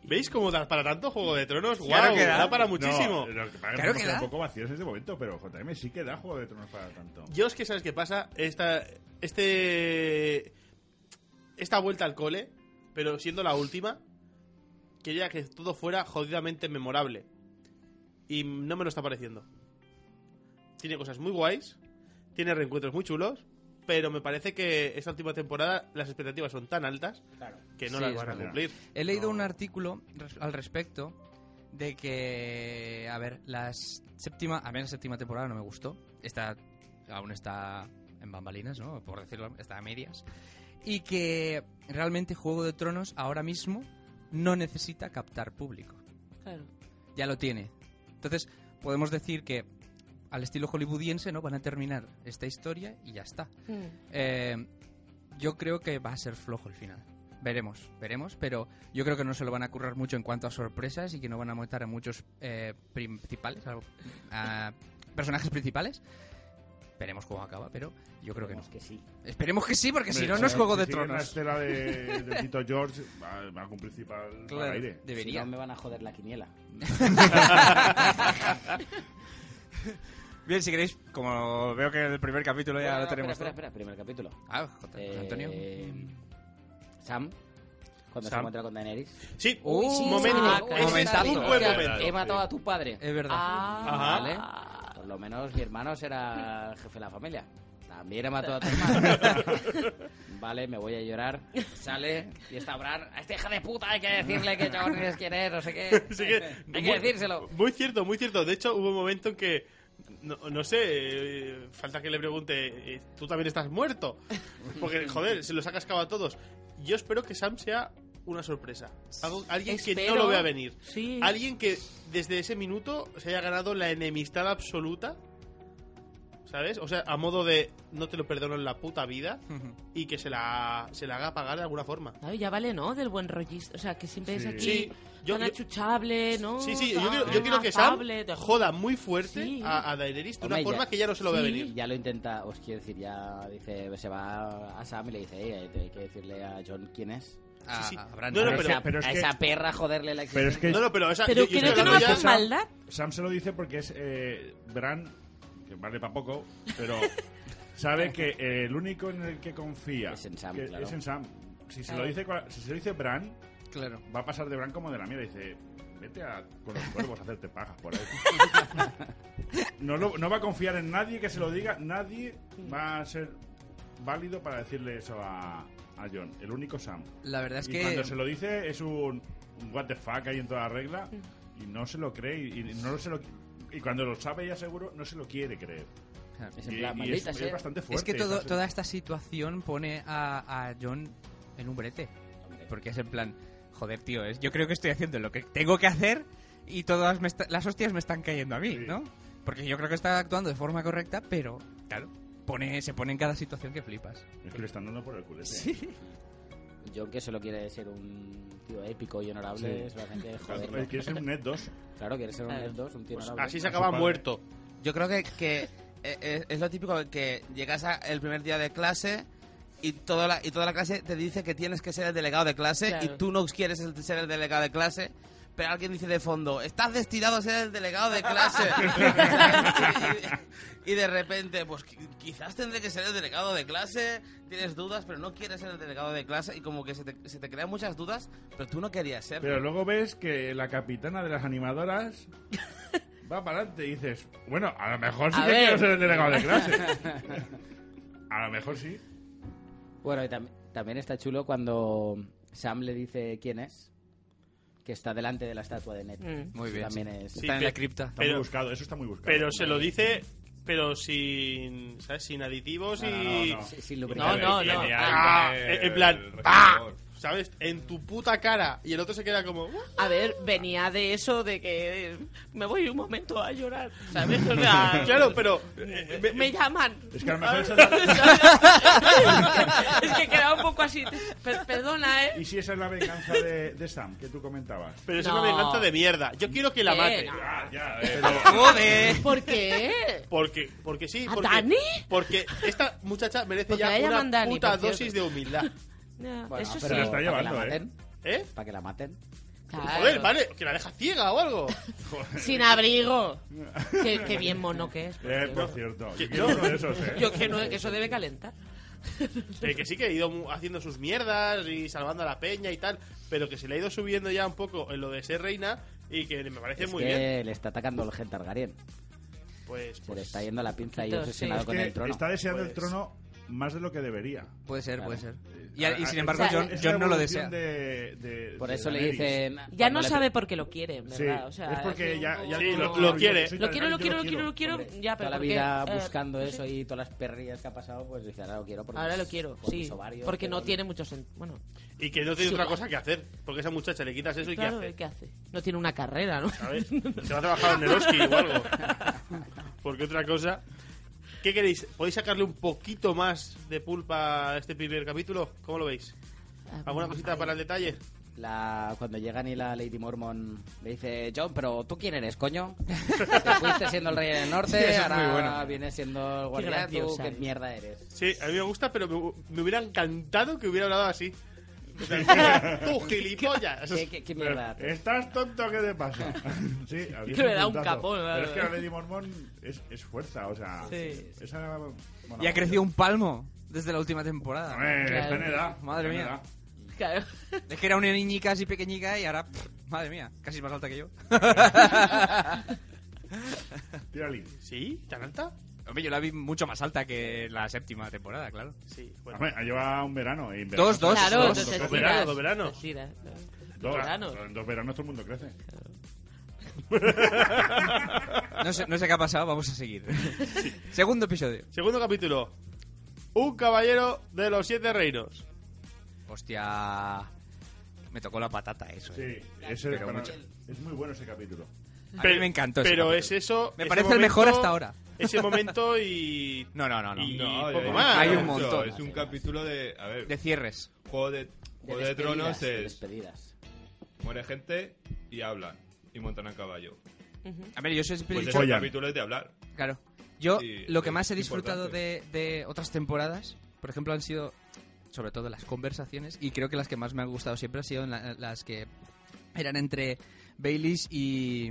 B: ¿Veis cómo da para tanto Juego de Tronos? ¡Guau!
A: Claro que da.
B: da. para muchísimo.
F: No, lo que pasa es que
A: Claro
F: nos
A: que
F: queda
A: da.
F: un poco vacíos en este momento, pero JM sí que da Juego de Tronos para tanto.
B: Yo es que sabes qué pasa, esta, este, esta vuelta al cole, pero siendo la última, quería que todo fuera jodidamente memorable. Y no me lo está pareciendo. Tiene cosas muy guays, tiene reencuentros muy chulos, pero me parece que esta última temporada las expectativas son tan altas que no
A: Sí,
B: las
A: es
B: van a
A: verdad.
B: cumplir.
A: He leído un artículo res- al respecto de que, a ver, la séptima, a mí la séptima temporada no me gustó. Esta aún está en bambalinas, ¿no? Por decirlo, está a medias. Y que realmente Juego de Tronos ahora mismo no necesita captar público.
D: Claro.
A: Ya lo tiene. Entonces, podemos decir que al estilo hollywoodiense, ¿no? Van a terminar esta historia y ya está. Eh, yo creo que va a ser flojo el final. Veremos, veremos, pero yo creo que no se lo van a currar mucho en cuanto a sorpresas y que no van a matar a muchos eh, principales, a, a personajes principales. Veremos cómo acaba, pero yo creo que no.
E: Vamos que sí.
A: Esperemos que sí, porque si no,
F: Hombre,
A: no es Juego
F: si
A: de
F: sigue la
A: Tronos.
F: estela de, (laughs) de Tito George va, va a cumplir principal para
A: Claro,
F: aire.
A: debería.
E: Si no, me van a joder la quiniela.
A: Bien, si queréis, como veo que el primer capítulo ya
E: No, no,
A: lo
E: no,
A: tenemos.
E: Espera, espera, espera, primer capítulo.
A: todo. Ah, joder, pues, Antonio.
E: Eh, Sam, cuando se
A: Sam.
E: encuentra con Daenerys.
B: Sí,
A: Uy, sí,
B: momento.
D: ah,
B: Ese
A: momentazo.
B: es un buen
G: Hostia,
B: momento. Ah.
E: He matado a tu padre.
A: Es verdad.
E: ¿Vale? Por lo menos mi hermano será el jefe de la familia. También he matado a tu
B: (laughs)
E: hermano. vale, me voy a llorar. Sale y está Bran. A esta hija de puta hay que decirle que chabones quién es, no sé qué.
B: (laughs) Sí que-
E: hay
B: muy-
E: que decírselo.
B: Muy cierto, muy cierto. De hecho, hubo un momento en que. No, no sé, eh, falta que le pregunte, eh, ¿tú también estás muerto? Porque, joder, se los ha cascado a todos. Yo espero que Sam sea una sorpresa. Algo- alguien que no
D: Espero.
B: lo vea venir.
D: Sí.
B: Alguien que desde ese minuto se haya ganado la enemistad absoluta. ¿Sabes? O sea, a modo de no te lo perdono en la puta vida y que se la, se la haga pagar de alguna forma.
D: Ay, Ya vale, ¿no? Del buen rollista. O sea, que siempre es
F: Sí.
D: aquí
B: Sí, yo-
D: tan
B: yo-
D: achuchable, ¿no?
B: Sí, sí, yo
D: Tan
B: quiero, yo quiero que Sam
D: afable, de-
B: joda muy fuerte
D: Sí.
B: a, a Daenerys de una
E: Hombre, ya-
B: forma que ya no se lo va a
D: sí.
B: venir.
E: Ya lo intenta, os quiero decir, ya dice, se va a Sam y le dice, "Ey, hay que decirle a John quién es.
A: Ah,
B: sí, sí.
A: habrán-
B: No, no,
E: a
B: pero-
E: esa,
F: pero es
E: a
F: que-
E: esa perra joderle la
F: Pero es
E: existencia.
F: que
B: No, no, pero esa,
D: Pero
B: yo- yo
D: creo
B: estoy
D: que no
B: hablando
D: hace
B: ya-
D: maldad.
F: Sam se lo dice porque es eh, Bran, que vale para poco,
D: (laughs)
F: pero sabe que eh, el único en el que confía
E: Es en Sam,
F: que
E: claro.
F: es en Sam. Si se, lo
D: Claro.
F: dice, cua- si se lo dice Bran,
A: Claro.
F: va a pasar de Bran como de la mierda. Dice, vete a, con los cuervos a hacerte pajas por ahí.
D: (laughs)
F: no, lo- no va a confiar en nadie que se lo diga. Nadie
D: Mm.
F: va a ser válido para decirle eso a, a John. El único Sam.
A: La verdad es
F: y
A: que.
F: cuando se lo dice es un, un what the fuck ahí en toda regla y no se lo cree y, y no se lo y cuando lo sabe ya seguro no se lo quiere creer.
E: Es en
F: Y-
E: plan,
F: y es,
E: maldita
F: es
E: sea.
F: bastante fuerte.
A: es que todo-
F: ¿sabes?
A: toda esta situación pone a, a John en un brete. Porque es en plan, joder, tío, es, yo creo que estoy haciendo lo que tengo que hacer y todas me esta- las hostias me están cayendo a mí,
F: Sí.
A: ¿no? Porque yo creo que está actuando de forma correcta, pero, claro, pone, se pone en cada situación que flipas.
F: Es que le están dando por el culete.
E: John que solo quiere ser un tío épico y honorable, se lo hacen que
F: Claro,
E: joderlo.
F: Quiere ser un net
E: (laughs)
F: 2.
E: Claro, quiere ser un
D: Claro.
E: Ned 2, un tío honorable.
B: Así se acaba
F: padre.
B: muerto.
C: Yo creo que, que eh, eh, es lo típico que llegas a- el primer día de clase y toda la, y toda la clase te dice que tienes que ser el delegado de clase
D: Claro.
C: y tú no quieres el- ser el delegado de clase. Pero alguien dice de fondo, estás destinado a ser el delegado de clase. y, y de repente, pues qui- quizás tendré que ser el delegado de clase. Tienes dudas, pero no quieres ser el delegado de clase. Y como que se te, se te crean muchas dudas, pero tú no querías ser.
F: Pero luego ves que la capitana de
A: (laughs)
F: las animadoras va para adelante y dices, bueno, a lo mejor sí
E: A
F: que
E: ver.
F: quiero ser el delegado
E: (laughs)
F: de clase. A lo mejor sí.
E: Bueno, y tam- también está chulo cuando Sam le dice quién es, que está delante de la estatua de Ned.
D: Mm.
A: Muy
E: Eso
A: bien,
E: También es...
B: Sí,
A: Está en
B: pe-
A: la cripta.
F: Está muy
B: Pero,
F: buscado, eso está muy buscado.
B: pero se lo dice, pero sin, ¿sabes? sin aditivos
F: No, no,
B: y.
F: no, no.
E: Sí, sin
B: No,
E: lubricante.
B: no,
G: Genial,
D: no.
G: genial,
B: Ah,
G: el-
B: en plan,
G: el
B: ¡ah!
G: regidor.
B: ¿Sabes? En tu puta cara. Y el otro se queda como.
D: (laughs)
B: "Uh".
D: A ver, venía de eso de que eh, me voy un momento a llorar, ¿sabes? O sea,
B: (laughs) Claro, pero. eh, me-
D: me llaman.
F: Es que a lo mejor esa es la-
D: es que quedaba un poco así. Per- perdona, ¿eh?
F: ¿Y si esa es la venganza de, de Sam que tú comentabas?
B: pero es
D: No.
B: una venganza de mierda. Yo quiero que la
D: Eh,
B: mate.
D: no.
F: Ah, ya, eh,
A: ¡Joder!
D: ¿Por qué?
B: Porque, porque sí.
D: ¿A
B: Porque,
D: Dani?
B: porque esta muchacha merece
D: Porque la
B: ya
D: llaman
B: una
D: Dani,
B: puta
D: por cierto.
B: dosis de humildad.
D: No,
E: Bueno,
D: eso
E: pero
F: la
D: sí.
F: está
E: para que
F: llevando,
E: la
F: ¿eh?
E: maten,
B: ¿Eh?
E: Para que la maten.
D: Claro.
B: Joder, vale, que la deja ciega o algo. (laughs)
D: Sin abrigo. qué, qué bien mono que es. por
F: eh,
D: Dios.
F: por cierto.
B: Que-
F: Yo quiero uno de esos, eh.
D: Yo que no, que eso debe calentar.
B: Eh, que sí que ha ido mu- haciendo sus mierdas y salvando a la peña y tal, pero que se le ha ido subiendo ya un poco en lo de ser reina y que me parece
E: Es
B: muy
E: que
B: bien.
E: le está atacando el Gen Targaryen.
B: Pues,
E: Se le
B: pues
E: está yendo la pinza y
D: Poquito,
E: obsesionado
D: sí.
E: con
F: Que
E: el trono.
F: Está deseando el
B: Pues-
F: trono más de lo que debería.
A: Puede ser,
E: Claro.
A: puede ser.
F: Eh,
A: Y, y
F: a-
A: sin
F: a-
A: embargo,
F: es-
A: John,
F: es
A: John no
F: una
A: lo desea.
F: evolución de- de-
E: Por
F: de
E: eso le
F: Daenerys.
E: dicen...
D: Ya
E: cuando
D: no
E: le-
D: sabe por qué lo quiere,
F: Sí,
D: ¿verdad? O sea,
F: es porque ya, ya
B: Sí,
F: tú-
B: lo-
F: yo-
B: lo
F: yo
B: quiere.
F: soy
D: Lo quiero,
F: tan-
D: lo
F: yo
D: quiero, lo quiero, lo quiero.
E: Hombre,
D: Ya, pero
E: toda la
D: ¿por qué?
E: vida
D: Eh,
E: buscando
D: no sé.
E: eso y todas las perrillas que ha pasado, pues dice, ahora lo quiero. Porque
D: Ahora
E: mis-
D: lo quiero,
E: por mis
D: sí.
E: ovarios,
D: Porque
E: pero
D: no tiene mucho sentido. Bueno,
B: Y que no tiene
D: Sí.
B: otra cosa que hacer. Porque a esa muchacha le quitas eso y
D: claro,
B: ¿qué hace?
D: ¿qué hace? No tiene una carrera, ¿no?
B: ¿Sabes? Se va a trabajar en el Oski o algo. (laughs) Porque otra cosa. ¿Qué queréis? ¿Podéis sacarle un poquito más de pulpa a este primer capítulo? ¿Cómo lo veis? ¿Alguna cosita para el detalle?
E: La, cuando llegan y la Lady Mormon le dice, John, pero ¿tú quién eres, coño? Te fuiste siendo el rey del norte,
A: eso es
E: ahora
A: muy bueno.
E: vienes siendo el guardián,
D: graciosa
E: tú qué
D: eres.
E: mierda eres.
B: Sí, a mí me gusta, pero me, me hubiera encantado que hubiera hablado así.
A: (laughs)
B: ¡Tú, gilipollas!
E: ¿Qué, qué, qué
F: Pero,
E: mierda haces?
F: ¿Estás tonto? ¿Qué
D: (laughs)
F: te pasa? sí, había
D: Que le da un
F: puntazo.
D: capón,
F: Pero
D: claro.
F: es que la Lady Mormon es, es fuerza, o sea...
D: Sí.
F: Esa, bueno,
A: Y ha crecido un palmo desde la última temporada.
F: Eh, está en
D: Claro.
F: edad.
A: Madre
F: está en
A: mía.
F: edad.
D: Claro.
A: Es que era una niñica así pequeñica y ahora, pff, madre mía, casi es más alta que yo.
F: Tírale.
B: ¿Sí? ¿Tan alta?
A: Hombre, yo la vi mucho más alta que la séptima temporada, claro.
B: Sí, bueno.
F: Hombre, lleva un verano. y en verano-
A: Dos, dos.
D: Claro,
A: dos,
D: entonces
B: dos
D: tiras,
B: veranos, dos veranos.
D: te tiras, ¿no?
F: Dos,
D: veranos.
F: En dos veranos todo el mundo crece.
A: No sé, no sé qué ha pasado, vamos a (laughs) seguir. Segundo episodio.
B: Segundo capítulo. Un caballero de los siete reinos.
A: Hostia. Me tocó la patata eso. eh.
F: Sí, ese
A: Pero
F: para-
A: mucho.
F: es muy bueno ese capítulo.
A: A mí me encantó ese
B: Pero
A: capítulo.
B: es eso.
A: Me
B: ese
A: parece el mejor
B: momento-
A: hasta ahora.
B: Ese
A: (laughs)
B: momento y.
A: No, no, no, no.
B: Y
G: No,
B: poco
G: eh,
B: más.
A: Hay un
G: mucho,
A: montón.
G: Es un capítulo de. A ver,
A: De cierres.
G: Juego de,
E: De
G: Juego de
E: despedidas,
G: Tronos
E: de
G: es.
E: despedidas.
G: Muere gente y hablan. Y montan a caballo.
A: A ver, yo siempre he
G: Pues
A: dicho-
G: ese
F: follan.
G: capítulo es de hablar.
A: Claro. Yo
G: Sí,
A: lo que
G: es
A: más he disfrutado de,
G: importante.
A: de otras temporadas, por ejemplo, han sido sobre todo las conversaciones y creo que las que más me han gustado siempre han sido la- las que eran entre Baileys y,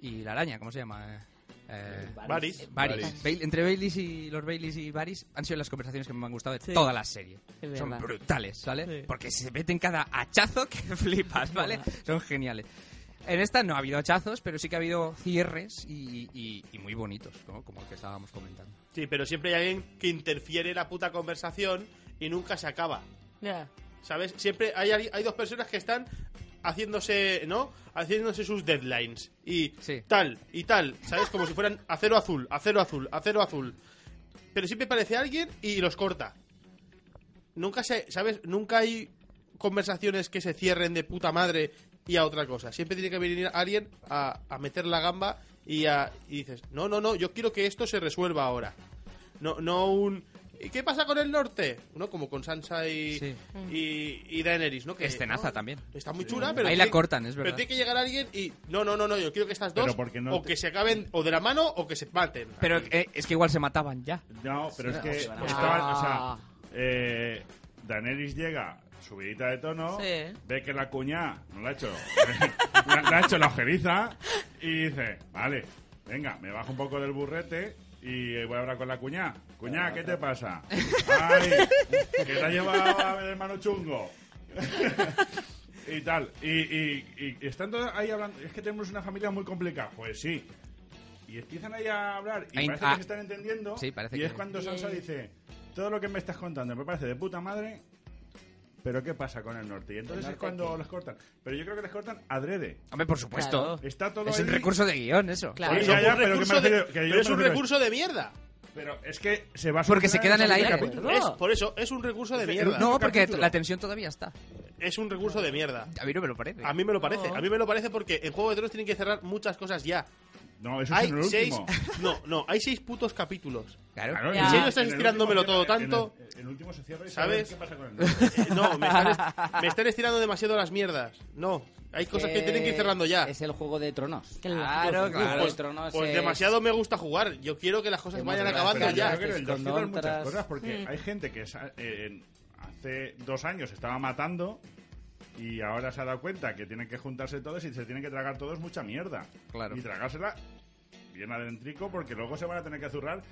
A: y la araña, ¿cómo se llama? Eh, eh,
B: Varys.
A: Varys.
G: Varys.
A: Bail- entre Baileys y los Baileys y Varys han sido las conversaciones que me han gustado de toda la serie.
D: Es
A: Son
D: verdad.
A: brutales, ¿sale? Porque se meten cada hachazo que (laughs) flipas, ¿vale? Son geniales. En esta no ha habido hachazos, pero sí que ha habido cierres y, y- y muy bonitos, ¿no? Como el que estábamos comentando.
B: Sí, pero siempre hay alguien que interfiere en la puta conversación y nunca se acaba.
D: Ya.
B: ¿Sabes? Siempre hay, ali- hay dos personas que están haciéndose, ¿no? Haciéndose sus deadlines. Y
A: Sí.
B: tal, y tal, ¿sabes? Como si fueran acero azul, acero azul, acero azul. Pero siempre aparece alguien y los corta. Nunca se, ¿sabes? Nunca hay conversaciones que se cierren de puta madre y a otra cosa. Siempre tiene que venir alguien a, a meter la gamba y, a, y dices, no, no, no, yo quiero que esto se resuelva ahora. No, no un... ¿Y qué pasa con el norte? ¿No? Como con Sansa y,
A: Sí.
B: y, y Daenerys, ¿no? Que,
A: Escenaza
B: ¿no?
A: también.
B: Está muy chula, pero...
A: Ahí la
B: tiene-
A: cortan, es
B: Pero
A: verdad.
B: tiene que llegar alguien y... No, no, no, no, yo quiero que estas
F: Pero
B: dos...
F: porque no
B: o
F: te-
B: que se acaben o de la mano o que se maten.
A: Pero eh, es que igual se mataban ya.
F: No, pero es que
E: se van a
F: estaban,
D: matar.
F: o sea, eh, Daenerys llega subidita de tono,
D: Sí.
F: ve que la cuñá no la ha hecho, (laughs) la, la ha hecho la ojeriza y dice, vale, venga, me bajo un poco del burrete y voy a hablar con la cuñá. Cuñá, ¿qué te pasa? Ay, que te ha llevado a ver hermano chungo. (laughs) y tal, y, y, y estando ahí hablando, es que tenemos una familia muy complicada, pues sí. Y empiezan ahí a hablar y
A: A in-
F: parece
A: a-
F: que se están entendiendo
A: Sí, parece
F: y
A: que-
F: es cuando Sansa dice, todo lo que me estás contando me parece de puta madre, pero ¿qué pasa con el norte? Y entonces es cuando las cortan. Pero yo creo que las cortan adrede.
A: Hombre, por supuesto.
D: Claro.
F: Está todo
A: Es un
F: ahí,
A: recurso de guión eso.
D: Claro.
F: Sí, ya, ya, pero que me
B: de-
F: refiero- que yo
B: pero
F: me
B: es un
F: refiero-
B: recurso de mierda.
F: Pero es que se va a
A: Porque se queda
F: solucionar
A: en el aire.
F: siguiente capítulo.
B: Es,
E: Ah.
B: por eso, es un recurso de mierda.
A: No, porque
F: capítulo.
A: la tensión todavía está.
B: Es un recurso de mierda.
A: A mí no me lo parece.
B: A mí me lo parece.
D: No.
B: A mí me lo parece porque en Juego de Tronos tienen que cerrar muchas cosas ya.
F: No, eso es
B: Hay
F: en el
B: seis...
F: último.
B: (laughs) No, no, hay seis putos capítulos.
A: Claro.
D: Ya.
F: Claro, el-
D: ¿En serio
F: el
B: estás
F: último
B: estirándomelo
F: cierra-
B: todo
F: en el-
B: tanto?
F: El, último se cierra y se
B: ¿Sabes?
F: ve ¿Qué pasa con el norte?
B: Eh, No, me
E: (laughs)
B: están, est- me están estirando demasiado las mierdas. No, hay cosas que tienen que ir cerrando ya.
E: Eh, Es el Juego de Tronos.
D: Claro,
E: El
A: claro.
E: Juego de Tronos
B: Pues
E: es-
B: demasiado me gusta jugar. Yo quiero que las cosas
E: Hemos
B: vayan
E: llegado,
B: acabando
F: Pero
E: Anda
F: yo
B: ya.
F: creo que en el
E: Con
F: 2 cierran muchas
E: otras-
F: cosas
D: Mm.
F: porque hay gente que sa- eh, en- hace dos años estaba matando y ahora se ha dado cuenta que tienen que juntarse todos y se tienen que tragar todos mucha mierda.
A: Claro.
F: Y tragársela bien adentrico porque luego se van a tener que azurrar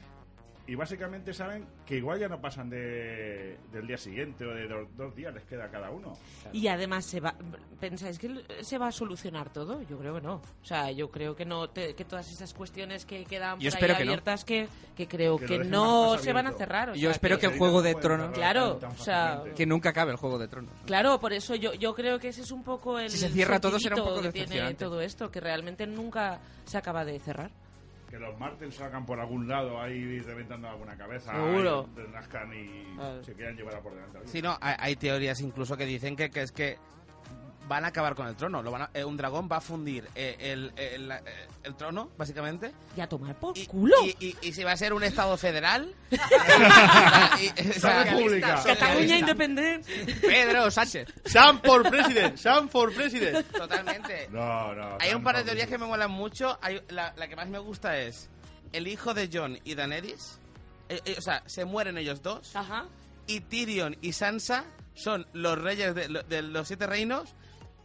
F: y básicamente saben que igual ya no pasan de, del día siguiente o de dos, dos días les queda a cada uno.
D: Y además, se va, ¿pensáis que se va a solucionar todo? Yo creo que no. O sea, yo creo que no te- que todas esas cuestiones que quedan
A: Yo
D: por ahí
A: espero que no.
D: abiertas que, que creo
F: Que
D: que,
F: lo dejen más-
D: no
F: más
D: se van a
F: abierto.
D: cerrar. o
A: Yo
D: sea,
A: espero que
F: Ahorita
A: Juego
F: no
A: de
F: pueden
A: Tronos-
F: cerrar
D: Claro,
F: tan
D: o sea,
F: fácilmente.
A: Que nunca acabe el Juego de Tronos.
D: Claro, por eso yo, yo creo que ese es un poco el
A: Si se cierra todo, será un
D: sentidito
A: poco
D: que tiene
A: decepcionante.
D: todo esto, que realmente nunca se acaba de cerrar.
F: Que los Martens salgan por algún lado ahí reventando alguna cabeza.
D: Seguro.
F: Y renazcan y
D: Ah.
F: se quieran llevar a por delante. a alguien.
C: Sí, no, hay, hay teorías incluso que dicen que, que es que van a acabar con el trono. Lo van a- eh, un dragón va a fundir eh, el, el- la- eh, el trono, básicamente.
D: Y a tomar por
C: Y,
D: culo.
C: Y, y- y se va a ser un estado
F: (laughs)
C: federal. Y- y- o sea,
F: República.
C: socialista.
D: Cataluña independiente.
C: Pedro Sánchez.
B: Sam for president, Sam for president.
C: Totalmente.
F: (laughs) No, no.
C: Hay un par de
F: tampoco.
C: teorías que me molan mucho. Hay, la, la que más me gusta es el hijo de John y Daenerys. Eh, eh, o sea, se mueren ellos dos.
D: Ajá.
C: y Tyrion y Sansa son los reyes de, lo- de los siete reinos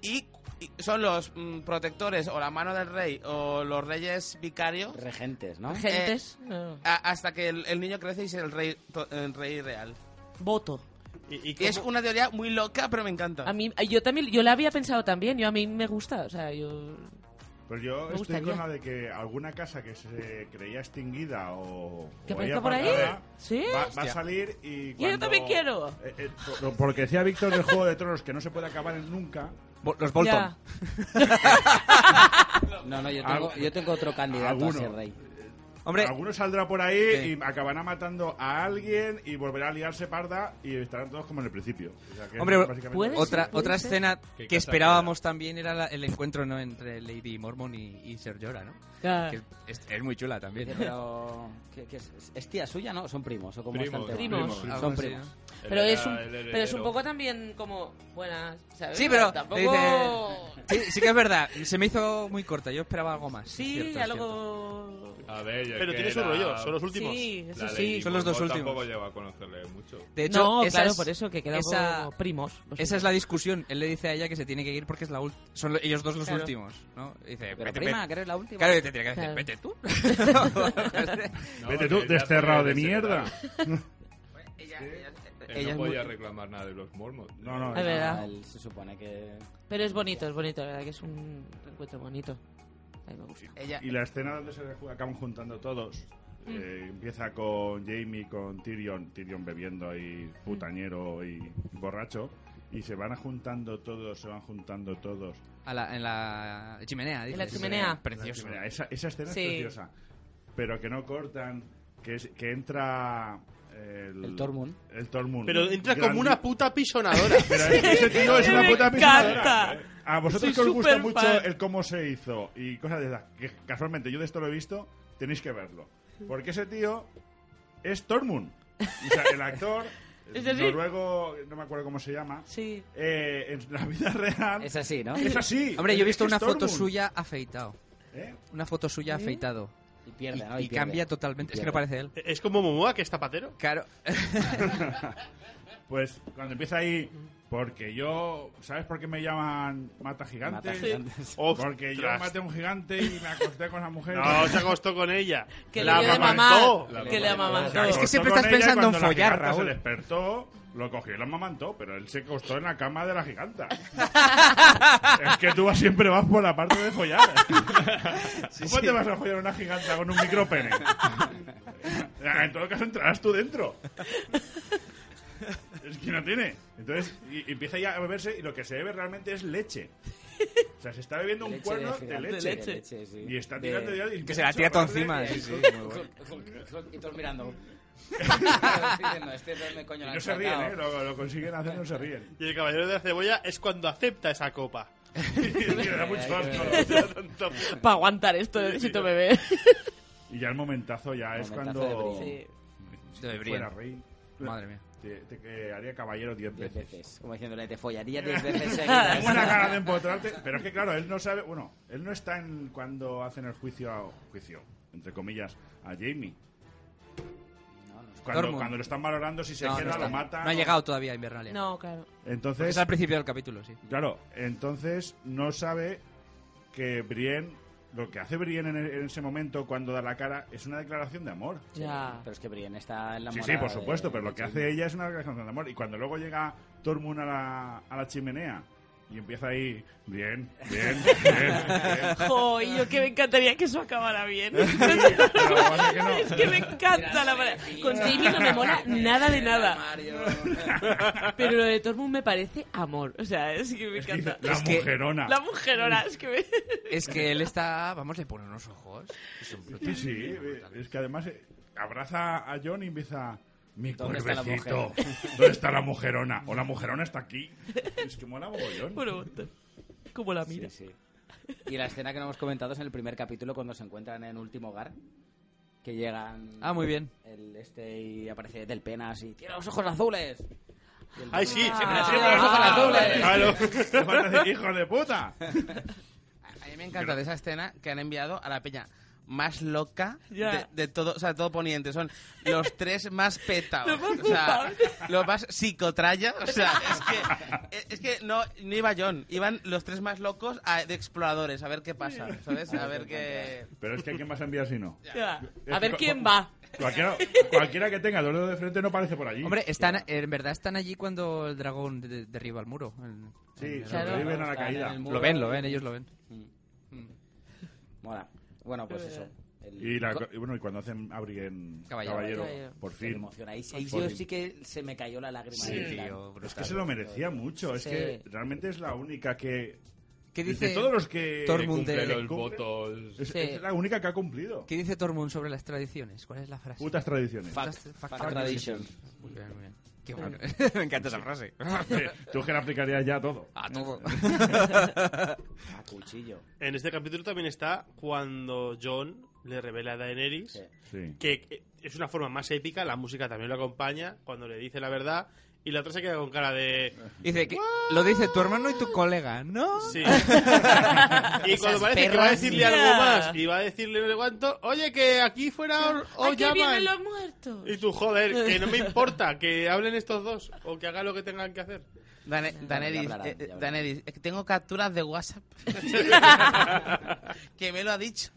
C: y, y son los mm, protectores o la mano del rey o los reyes vicarios
E: Regentes,
A: Eh,
E: ¿no?
D: Gentes. no.
C: a- hasta que el, el niño crece y es el rey, to- el rey real.
D: Voto.
B: ¿Y, y
C: Y es
B: cómo-
C: una teoría muy loca, pero me encanta.
D: A mí, yo también, yo la había pensado también. Yo a mí me gusta, o sea, yo.
F: Pero yo
D: Me
F: estoy
D: gustaría.
F: con la de que alguna casa que se creía extinguida o.
D: ¿Que
F: o ahí
D: aparezca por ahí?
F: aparcada,
D: Sí.
F: Va, va a salir y.
D: Yo
F: cuando-
D: también quiero.
F: Eh, eh, por- porque decía Víctor del Juego de Tronos que no se puede acabar en nunca.
A: Bo- Los Bolton.
D: Ya.
E: No, no, yo tengo, yo tengo otro candidato
F: Alguno.
E: a ser rey.
A: Hombre,
F: Alguno saldrá por ahí
A: Sí.
F: y acabará matando a alguien y volverá a liarse parda y estarán todos como en el principio. O sea, que
A: Hombre,
F: es básicamente-
D: ¿puedes?
A: otra,
D: ¿Puede
A: otra
D: ser?
A: escena
G: ¿Qué
A: que
G: casa
A: esperábamos también era la- el encuentro ¿no? entre Lady Mormon y, y Ser Jorah, ¿no?
D: Claro.
A: Que es, es muy chula también.
E: Pero. ¿qué- qué es? ¿Es tía suya, no? ¿Son primos? ¿O cómo
G: Primos,
E: es el tema?
D: primos.
A: Primos.
E: Son
A: Algo así,
E: primos.
G: Él
D: Pero
G: era
D: es, un,
G: el
D: pero es un
G: heredero.
D: poco también como. Buenas, ¿sabes?
A: Sí, pero
D: Tampoco.
A: dice- Sí, sí que es verdad. Se me hizo muy corta. Yo esperaba algo más.
D: Sí,
A: Es cierto,
D: ya
A: es cierto.
D: luego.
G: A ver, yo
B: Pero
G: que
B: tiene su
G: era-
B: rollo, son los últimos.
D: Sí,
G: la
D: eso
G: Lady
D: sí.
A: Son los dos
G: Mormont
A: últimos.
G: Tampoco llevo a conocerle mucho.
A: De hecho,
D: no,
A: esa
D: claro,
A: es-
D: por eso, que quedan
A: esa-
D: como primos. vosotros.
A: Esa es la discusión. Él le dice a ella que se tiene que ir porque es la ult- son lo- ellos dos los
D: Claro.
A: últimos, ¿no? Y dice,
E: Pero
A: vete,
E: prima,
A: vete.
E: que eres la última.
A: Claro, y te tiene que
D: Claro.
A: decir, vete tú.
D: (laughs)
G: No,
F: Vete
G: que
F: tú,
G: ya
F: desterrado de
G: tenía que ser
F: mierda.
G: tal.
C: Ella- ella-
G: Él
C: ella
G: no
C: es
G: podía
C: muy-
G: reclamar nada de los mormos.
F: No, no,
D: Es verdad.
E: Ah, Él se supone que.
D: Pero es bonito, es bonito, la verdad que es un encuentro bonito. A mí me gusta.
C: ella-
F: Y la escena donde se ju- acaban juntando todos eh, empieza con Jamie, con Tyrion, Tyrion bebiendo y putañero y borracho. Y se van juntando todos, se van juntando todos.
A: (laughs) A la- en la chimenea, dice.
D: En la chimenea.
A: Precioso.
F: Mira, esa, esa escena
D: Sí.
F: es preciosa. Pero que no cortan, que, es- que entra. El,
E: El Tormund.
F: El Tormund.
B: Pero entra
F: Grandi-
B: como una puta pisonadora.
F: Pero ese tío es una
D: Me
F: puta
D: encanta.
F: pisadora. A vosotros
D: Soy
F: que os gusta
D: superfan.
F: mucho el cómo se hizo y cosas de esas, que casualmente yo de esto lo he visto, tenéis que verlo. Porque ese tío es Tormund. O sea, el actor
D: (laughs) ¿Es así?
F: noruego, no me acuerdo cómo se llama,
D: Sí.
F: eh, en la vida real
E: Es
F: es,
E: así, ¿no?
F: así.
A: Hombre, yo he
F: Es-
A: visto
F: es
A: una foto
F: Tormund.
A: suya afeitado.
F: ¿Eh?
A: Una foto suya afeitado.
E: Y pierde, ¿no?
A: y,
E: pierde.
A: cambia totalmente. Es
E: Y
A: que no
E: pierde.
A: parece él.
B: es como Momoa, que es zapatero.
A: Claro.
F: Pues cuando empieza ahí, porque yo, ¿sabes por qué me llaman mata
E: Mata
F: gigantes?
E: gigantes.
F: Porque yo
B: Ostras.
F: maté a un gigante y me acosté con la mujer.
B: No, se acostó con ella.
D: Que
B: la
D: le dio de
B: amamantó.
D: mamá. Que le amamantó.
A: Es que
F: acostó
A: siempre
F: con
A: estás
F: ella y
A: pensando
F: cuando
A: en
F: la
A: follar,
F: giganta Se
A: Raúl.
F: despertó, lo cogió y lo amamantó, pero él se acostó en la cama de
A: (laughs)
F: la giganta. es que tú vas- siempre vas por la parte
A: (laughs)
F: de follar. ¿Cómo te vas a follar una giganta con un micropene? Ah, en todo caso entrarás tú dentro. Es que no tiene. Entonces y- y empieza ya a beberse y lo que se bebe realmente es leche. O sea, se está bebiendo un
E: Leche
F: cuerno de,
E: gigante,
F: leche.
E: de leche, sí.
F: Y está
E: De-
F: tirando ya y
A: Que se la tira todo encima. Sí, sí, muy bueno.
E: Y todos
F: (laughs)
E: mirando. (laughs) Diciendo, este dónde coño
F: Y
E: lo
F: no
E: han
F: se ríen,
E: sacado.
F: ¿eh? Lo, lo consiguen hacer, no se ríen.
A: (laughs)
B: Y el caballero de la cebolla es cuando acepta esa copa.
F: Y da mucho asco.
D: Para aguantar esto, necesito bebé.
F: Y ya el momentazo ya es
E: Momentazo de
F: cuando.
E: brillo.
F: Si
A: De brillo.
F: fuera rey,
A: (laughs) Madre mía.
F: te, te que haría caballero 10
E: Diez
F: veces.
E: veces. Como diciéndole, te
F: (laughs)
E: follaría
A: (laughs)
E: diez veces
F: Tengo una
E: seguidas.
F: cara de empotrarte. Pero es que, claro, él no sabe. Bueno, él no está en cuando hacen el juicio, a- juicio entre comillas, a Jamie. Cuando,
A: Dortmund.
F: cuando lo están valorando, si se
A: No, no
F: queda,
A: está.
F: lo mata.
A: No ha llegado todavía a Invernalia.
D: No, claro.
F: Entonces,
A: Es al principio del capítulo, sí.
F: Claro, entonces no sabe que Brienne lo que hace Brienne en, en ese momento cuando da la cara es una declaración de amor.
D: Ya.
E: Pero es que Brienne está en la
F: Sí, sí,
E: morada
F: por
E: de-
F: supuesto, pero lo que
E: sí.
F: hace ella es una declaración de amor. Y cuando luego llega Tormund a la, a la chimenea y empieza ahí, bien, bien, bien, bien.
D: Jo, y yo que me encantaría que eso acabara bien.
F: Pero lo que pasa es que no.
D: es que me encanta la palabra. Con Jamie no me mola nada de nada. Pero lo de Tormund me parece amor. O sea, es que me
F: Es que dice,
D: encanta.
F: la
A: que-
F: mujerona.
D: La mujerona, es que me... (laughs)
A: Es que él está, vamos, le pone unos ojos. que son
F: Sí,
A: brutales,
F: sí,
A: son
F: eh,
A: brutales.
F: es que además eh, abraza a John y empieza... Mi
E: ¿Dónde está la
F: cuervecito. ¿Dónde está la mujerona? O la mujerona está aquí. Es que mola mogollón.
D: Bueno, como la mira.
E: Sí, sí. Y la escena que no hemos comentado es en el primer capítulo cuando se encuentran en último hogar. Que llegan.
A: Ah, muy bien.
E: El este y aparece Del Pena así. ¡Tiene los ojos azules! Y el
B: ¡Ay,
E: Del
B: sí!
E: Pena,
B: siempre
E: "Tiene
B: siempre
E: los ojos
B: la
E: azules!
B: Claro.
F: Te falta decir, ¡Hijo de puta!
C: A mí me encanta de esa escena que han enviado a la peña más loca
D: Ya.
C: de, de todo, o sea, todo poniente. Son los tres más petados.
D: Los más
C: o sea, los más psicotrayas. O sea, es que, eh, es que no, no iba John, iban los tres más locos a- de exploradores, a ver qué pasa, ¿sabes? A (laughs) ver qué...
F: Pero es que ¿a quién vas a enviar si no?
D: Ya.
F: Es
D: A
F: que
D: ver
F: cu-
D: quién
F: cu-
D: va.
F: Cualquiera, cualquiera que tenga dolor de frente no parece por allí.
A: Hombre, están, en verdad están allí cuando el dragón de- de- derriba el muro. En-
F: sí,
D: Claro.
F: sobreviven a la
E: Están en
F: caída.
E: el muro.
A: Lo ven, lo ven, ellos lo ven.
E: Mola. Bueno, pues eso. El-
F: Y, la-
E: co-
F: y bueno, y cuando hacen abrir
A: Caballero.
F: caballero,
D: Caballero.
F: por
E: que me
F: fin.
E: emociona. Ahí, ahí
F: Por
E: yo
F: fin.
E: sí que se me cayó la lágrima.
A: Sí,
E: del plan.
A: tío,
F: Es que se lo merecía mucho. Es
D: Sí.
F: que realmente es la única que.
A: ¿Qué
F: de
A: dice,
F: todos los que.
A: Tormund
F: cumple
A: de-
G: los
F: cumple,
G: votos.
F: Es,
D: Sí.
F: es la única que ha cumplido.
A: ¿Qué dice Tormund sobre las tradiciones? ¿Cuál es la frase?
F: Putas tradiciones.
A: (laughs)
E: Fuck,
A: Fact-
E: fuck
A: fact-
E: tradition.
A: Muy bien, muy bien. Qué bueno. Me encanta esa frase.
F: Eh, Tú que la aplicarías ya a todo.
A: A todo.
E: A cuchillo.
B: En este capítulo también está cuando John le revela a Daenerys
E: Sí.
F: Sí.
B: que eh, es una forma más épica, la música también lo acompaña cuando le dice la verdad y la otra se queda con cara de...
A: Dice que lo dice tu hermano y tu colega, ¿no? (laughs)
B: Sí. y cuando parece que
E: Esas
B: va a
E: perras,
B: decirle
D: sí.
B: algo más y va a decirle no sé cuánto, oye que aquí fuera o
D: ¡Ay, que
B: llaman.
D: vienen los muertos!
B: Y tú, joder, que no me importa que hablen estos dos o que hagan lo que tengan que hacer.
C: Dane- Daenerys,
E: hablarán,
C: eh,
E: ya
C: eh,
E: hablarán.
C: Daenerys, eh, tengo capturas de WhatsApp. (laughs) que me lo ha dicho.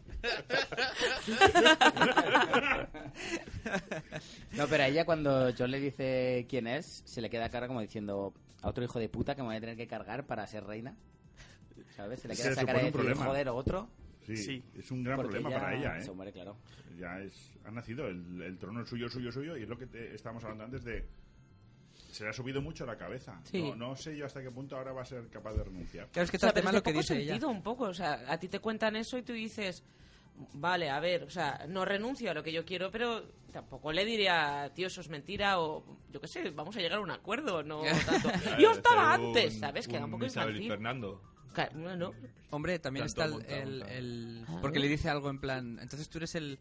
E: No, pero a ella cuando John le dice quién es, se le queda cara como diciendo a otro hijo de puta que me voy a tener que cargar para ser reina. ¿Sabes? Se le
F: Se
E: queda
F: le
E: esa cara de
F: supone un
E: decir,
F: problema.
E: joder, otro.
F: Sí,
B: Sí.
F: es un gran
E: porque
F: problema para ella, ¿eh?
E: Se muere, claro.
F: Ya es, ha nacido, el, el trono es suyo, suyo, suyo, y es lo que te- estábamos hablando antes de... Se le ha subido mucho la cabeza.
D: Sí.
F: No, no sé yo hasta qué punto ahora va a ser capaz de renunciar.
A: Claro, es que
D: O
A: todo
D: sea,
A: el
D: pero
A: tema
D: es
A: lo
D: de
A: que
D: poco
A: dice ella.
D: sentido un poco. O sea, a ti te cuentan eso y tú dices, vale, a ver, o sea, no renuncio a lo que yo quiero, pero tampoco le diría, tío, eso es mentira o yo qué sé, vamos a llegar a un
A: (laughs)
D: acuerdo, no tanto. yo estaba
G: Eh, Ser un-
D: antes, ¿sabes? Que era un poco
G: Isabel y
D: infantil.
G: Fernando.
D: Ca- No, no.
A: Hombre, también
G: Tanto
A: está el,
G: monta,
A: el-
G: monta.
A: el-
D: Ah.
A: Porque le dice algo en plan... Entonces tú eres el,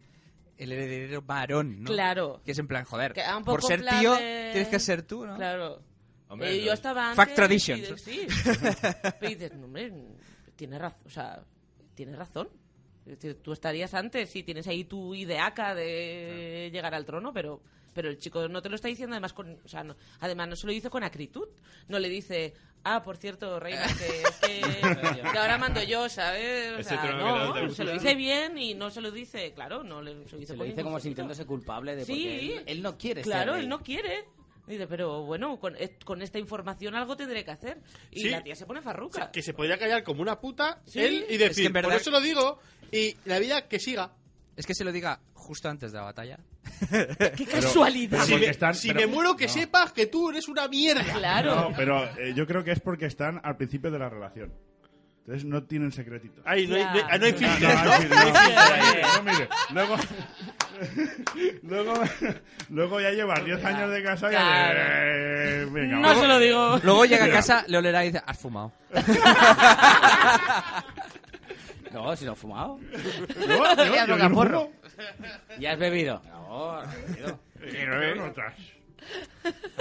A: el heredero varón, ¿no?
D: Claro.
A: Que es en plan, joder,
D: Que un poco
A: por ser
D: en plan
A: tío
D: de-
A: tienes que ser tú, ¿no?
D: Claro.
G: Hombre,
D: Eh, yo
G: los-
D: estaba antes.
A: Fact
D: y
A: traditions.
D: dices,
G: (laughs)
D: sí. Y dices, no, hombre, tienes razón. O sea, tienes razón. Es decir, Tú estarías antes si tienes ahí tu ideaca de llegar al trono, pero pero el chico no te lo está diciendo además con o sea, no- además no se lo dice con acritud no le dice ah por cierto reina que, es
G: (laughs)
D: que, que ahora mando yo sabes O
G: Ese
D: sea,
G: trono que
D: no,
G: no te gusta.
D: se lo dice bien y no se lo dice claro no le, se lo dice,
E: Se lo
D: con
E: dice como
D: insulto.
E: sintiéndose culpable de
D: Sí.
E: porque él, él no quiere ser
D: Claro,
E: rey.
D: él no quiere. Dice, pero bueno, con, eh, con esta información algo tendré que hacer. Y
B: Sí.
D: la tía se pone farruca.
B: Que se podría callar como una puta
D: Sí.
B: él y
A: que en
B: decir,
A: verdad-
B: por eso lo digo, y la vida que siga.
A: Es que se lo diga justo antes de la
D: (laughs)
A: batalla.
D: ¡Qué
F: Pero-
D: casualidad!
F: pero
B: Si,
F: porque
B: me,
F: están-
B: si
F: pero-
B: me muero, que
F: no.
B: sepas que tú eres
A: (laughs)
B: una mierda.
D: Claro.
F: No, pero eh, yo creo que es porque están al principio de la relación. Entonces no tienen secretitos.
B: Ay, no hay,
D: Ya.
B: no hay- no hay
F: No, no,
B: filtros,
F: no,
B: ¿no?
F: sí, no, no, mire, Luego, (laughs) luego, luego ya llevas 10 años de casa y ya de- venga,
D: No
F: vamos.
D: se lo digo.
A: Luego llega a casa, le olerá y dice, has fumado.
E: No, si no he fumado.
F: Yo- yo- yo- yo no fumo.
E: ¿Y has bebido? No, no he bebido.
F: Pero, no, tras.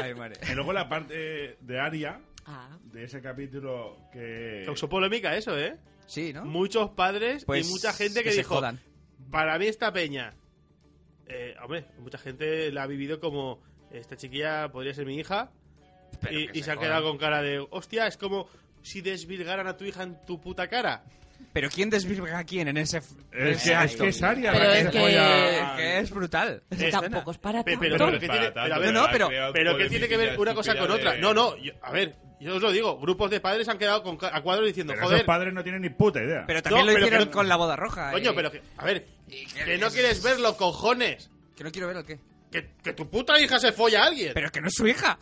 A: Ay, madre.
F: Y luego la parte de Aria
D: Ah,
F: de ese capítulo que
B: Causó polémica eso, ¿eh?
A: Sí, ¿no?
B: Muchos padres
A: Pues
B: y mucha gente que,
A: se
B: dijo,
A: jodan.
B: para mí esta peña, eh, hombre, mucha gente la ha vivido como, esta chiquilla podría ser mi hija,
A: Pero
B: y,
A: que
B: y se ha
A: jodan.
B: quedado con cara de, hostia, es como si desvirgaran a tu hija en tu puta cara.
A: Pero ¿quién desvirga a quién en ese...
F: Es
A: en
F: que es,
A: esto?
F: que es Aria
D: Pero
F: la
D: es
F: se
D: que-
F: folla-
A: Que es brutal.
D: Eso
A: Escena.
D: tampoco es para
B: Pe-
D: tanto.
B: pero-
G: Pero,
B: ¿qué
G: para
B: tiene-
G: tanto,
B: pero a ver,
A: no,
G: ha
A: pero-
G: creado
B: Pero ¿qué tiene que ver
G: polémica
B: una cosa con
G: estúpida
B: otra?
G: de-
B: No, no, yo- a ver, yo os lo digo, grupos de padres han quedado con, ca- a cuadros diciendo,
F: Pero esos
B: joder,
F: padres no tienen ni puta idea.
A: Pero también
B: No,
A: lo
B: pero
A: hicieron
B: creo-
A: con la boda roja.
B: coño,
A: eh.
B: pero que- a ver,
A: Y que-
B: que no quieres verlo, cojones.
A: Que no quiero ver el qué.
B: Que, que tu puta hija se folla a alguien.
A: Pero que no es su hija.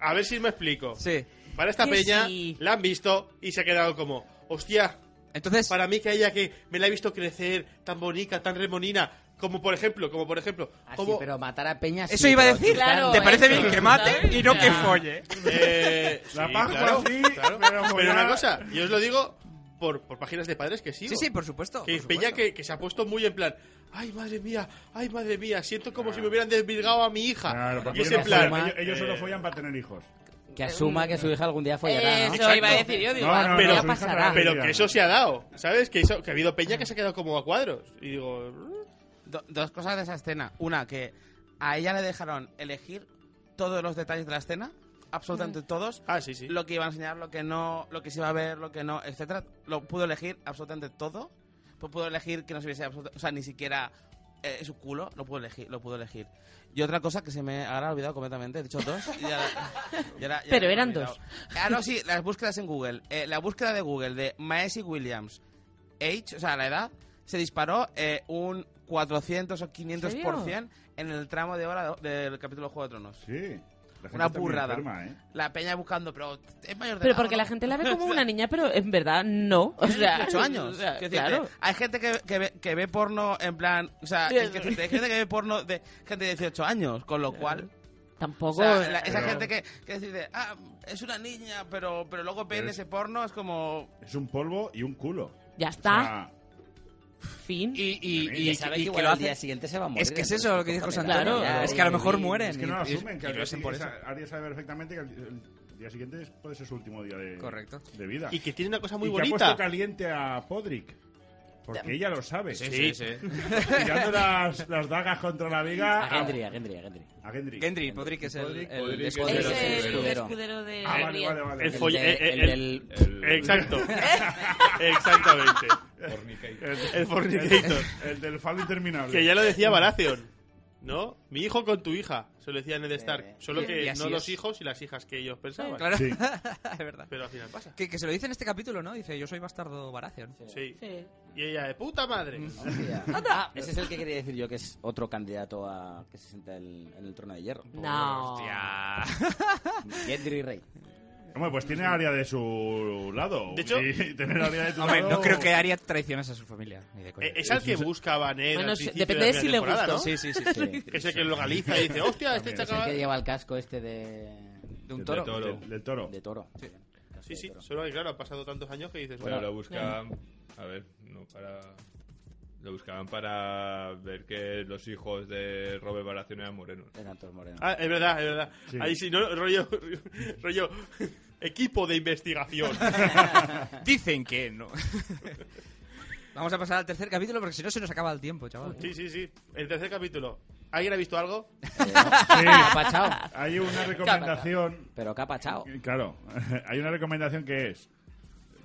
B: A ver si me explico.
A: Sí.
B: Para esta
D: Que
B: peña
D: sí.
B: la han visto y se ha quedado como, hostia,
A: Entonces,
B: para mí que ella que me la he visto crecer tan bonita, tan remonina, como por ejemplo, como por ejemplo,
E: Así,
B: como
E: Ah, pero matar a Peña. sí,
A: eso iba a
E: pero
A: decir.
E: chutarlo.
D: Claro,
A: ¿Te parece
D: eso,
A: bien que mate
D: ¿sabes?
A: y no que
D: Ya.
A: folle?
B: Eh,
F: La
B: sí,
F: Paco
B: claro,
F: así,
B: claro.
F: pero
B: Pero
F: mollada.
B: una cosa, yo os lo digo por, por páginas de padres que sigo.
A: Sí, sí, por supuesto.
B: Que
A: por
B: Peña
A: supuesto.
B: que, que se ha puesto muy en plan. Ay, madre mía, ay, madre mía, siento como si me hubieran desvirgado a mi hija.
F: Claro,
B: y
F: porque
B: es
F: ellos,
B: en
F: no
B: plan.
F: follan, ellos-
B: eh,
F: ellos solo follan para tener hijos.
E: Que asuma que su hija algún día follará, ¿no?
D: Eso iba a decir yo, digo,
F: No, no,
D: algún
B: no,
D: día
B: su
F: hija
D: pasará.
F: realmente-
B: Pero que eso se ha dado, ¿sabes? Que, eso- que ha habido Peña que se ha quedado como a cuadros. Y digo.
C: Do- dos cosas de esa escena. Una, que a ella le dejaron elegir todos los detalles de la escena, absolutamente todos.
B: Ah, sí, sí.
C: Lo que iba a enseñar, lo que no, lo que se iba a ver, lo que no, etcétera. Lo pudo elegir absolutamente todo. Pues pudo elegir que no se viese absoluta- o sea, ni siquiera eh, su culo, lo pudo elegir, lo pudo elegir. Y otra cosa que se me ahora he olvidado completamente, he dicho dos. y ahora- y ahora- ya
D: Pero
C: me he
D: eran
C: olvidado.
D: dos.
C: Ah, no, sí, las búsquedas en Google. Eh, la búsqueda de Google de Maesi Williams age, o sea, la edad, se disparó eh, un 400 o 500% en el tramo de hora de- del capítulo Juego de Tronos.
F: Sí. La gente
C: Una
F: está muy
C: burrada.
F: enferma, ¿eh?
C: La peña buscando, pero es mayor de
D: Pero
C: edad,
D: porque
C: ¿no?
D: la gente la ve como una niña, pero en verdad no. O sea,
C: Tiene 18 años.
D: o sea,
C: Quiero decirte,
D: claro.
C: Hay gente que, que ve, que ve porno en plan. O sea,
D: Bien.
C: hay que decirte, hay gente que ve porno de gente de 18 años, con lo cual. o
D: Tampoco.
C: sea, la- esa
F: Pero-
C: gente que, que dice, ah, es una niña, pero, pero luego ven
F: Pero es-
C: ese porno, es como.
F: Es un polvo y un culo.
D: Ya
F: O
D: está.
F: sea,
D: Fin.
A: Y, y-
E: Y,
A: y-
E: sabe
A: y
E: que
A: que
E: igual
A: lo
E: al
A: hace.
E: día siguiente se va a morir.
A: Es que es
E: entonces,
A: eso lo que dijo
E: cojones,
A: Santana.
D: Claro.
A: Es que a lo mejor
E: y-
A: mueren.
F: es que no lo
A: y- y-
F: asumen.
A: y
F: Que
A: lo hacen por eso.
F: Aria sabe perfectamente que el día siguiente puede ser su último día de,
A: Correcto.
F: de vida.
B: Y que tiene una cosa muy
F: Y que ha
B: bonita.
F: puesto caliente a Podrick. Porque ella lo sabe.
B: Sí.
F: Tirando las, las dagas contra la
A: Ah,
F: viga.
E: A Gendry, a Gendry, a Gendry.
F: a Gendry.
A: Gendry Podrick es el,
G: Podrick,
A: el
G: Podrick es
D: Es
A: escudero.
G: el-
A: (laughs) sí.
D: el
E: escudero.
D: escudero de
F: Ah, vale,
D: Brienne.
F: vale, vale.
B: El foll-
E: El de-
B: eh, eh,
E: el
B: el-
E: del-
A: (laughs)
G: El-
B: Exacto. Exactamente.
G: Fornicator.
F: El,
B: El fornicator.
F: El, el del falo interminable.
B: Que ya lo decía Baratheon. ¿No? Mi hijo con tu hija. Se lo decía Ned Stark. Solo
A: Y
B: que
A: así
B: no los
A: es.
B: hijos y las hijas que ellos pensaban.
A: Claro.
F: Sí.
A: (laughs) es verdad.
B: Pero al final pasa.
A: Que, que se lo dice en este capítulo, ¿no? Dice, yo soy bastardo Baratheon.
B: Sí.
D: Sí.
B: Y ella de puta madre. E-,
E: Hostia. Ah, ese es el que quería decir yo, que es otro candidato a que se sienta el- en el trono de hierro.
D: No.
A: Ah.
E: Gendry Rey.
F: Hombre, pues tiene área de su lado.
B: De hecho-
F: y tener área de tu
A: Hombre,
F: lado.
A: no creo que Arya traicionase a su familia. Ni de coña.
B: Eh, Es al que buscaba Ned.
D: Bueno,
B: al
D: sí,
B: principio la
D: depende de si
B: primera
D: le
B: temporada,
D: gustó.
A: Sí, sí, sí. (laughs)
E: Sí.
B: ¿no? Que es el que lo localiza y dice, hostia, este
F: También es
E: El
B: chacal.
E: que lleva el casco este de...
A: De un
G: De
A: toro.
G: toro.
F: Del, del toro.
E: De toro. Casco
B: Sí,
E: de
B: sí,
E: toro.
B: solo que claro, han pasado tantos años que dices,
G: Bueno,
B: bueno,
G: lo buscaban. A ver, no para. Lo buscaban para ver que los hijos de Robert Baratheon eran morenos.
E: Eran todos morenos.
B: ah, es verdad, es verdad.
F: Sí.
B: Ahí sí, no, rollo, (laughs) rollo, equipo de investigación.
A: Dicen que (laughs) no. Vamos a pasar al tercer capítulo porque si no se nos acaba el tiempo, chaval.
B: Sí, sí, sí. El tercer capítulo. ¿Alguien ha visto algo?
F: Sí.
E: Capa chao.
F: Hay una recomendación. eh,
E: Pero capa chao.
F: Claro, (laughs) hay una recomendación que es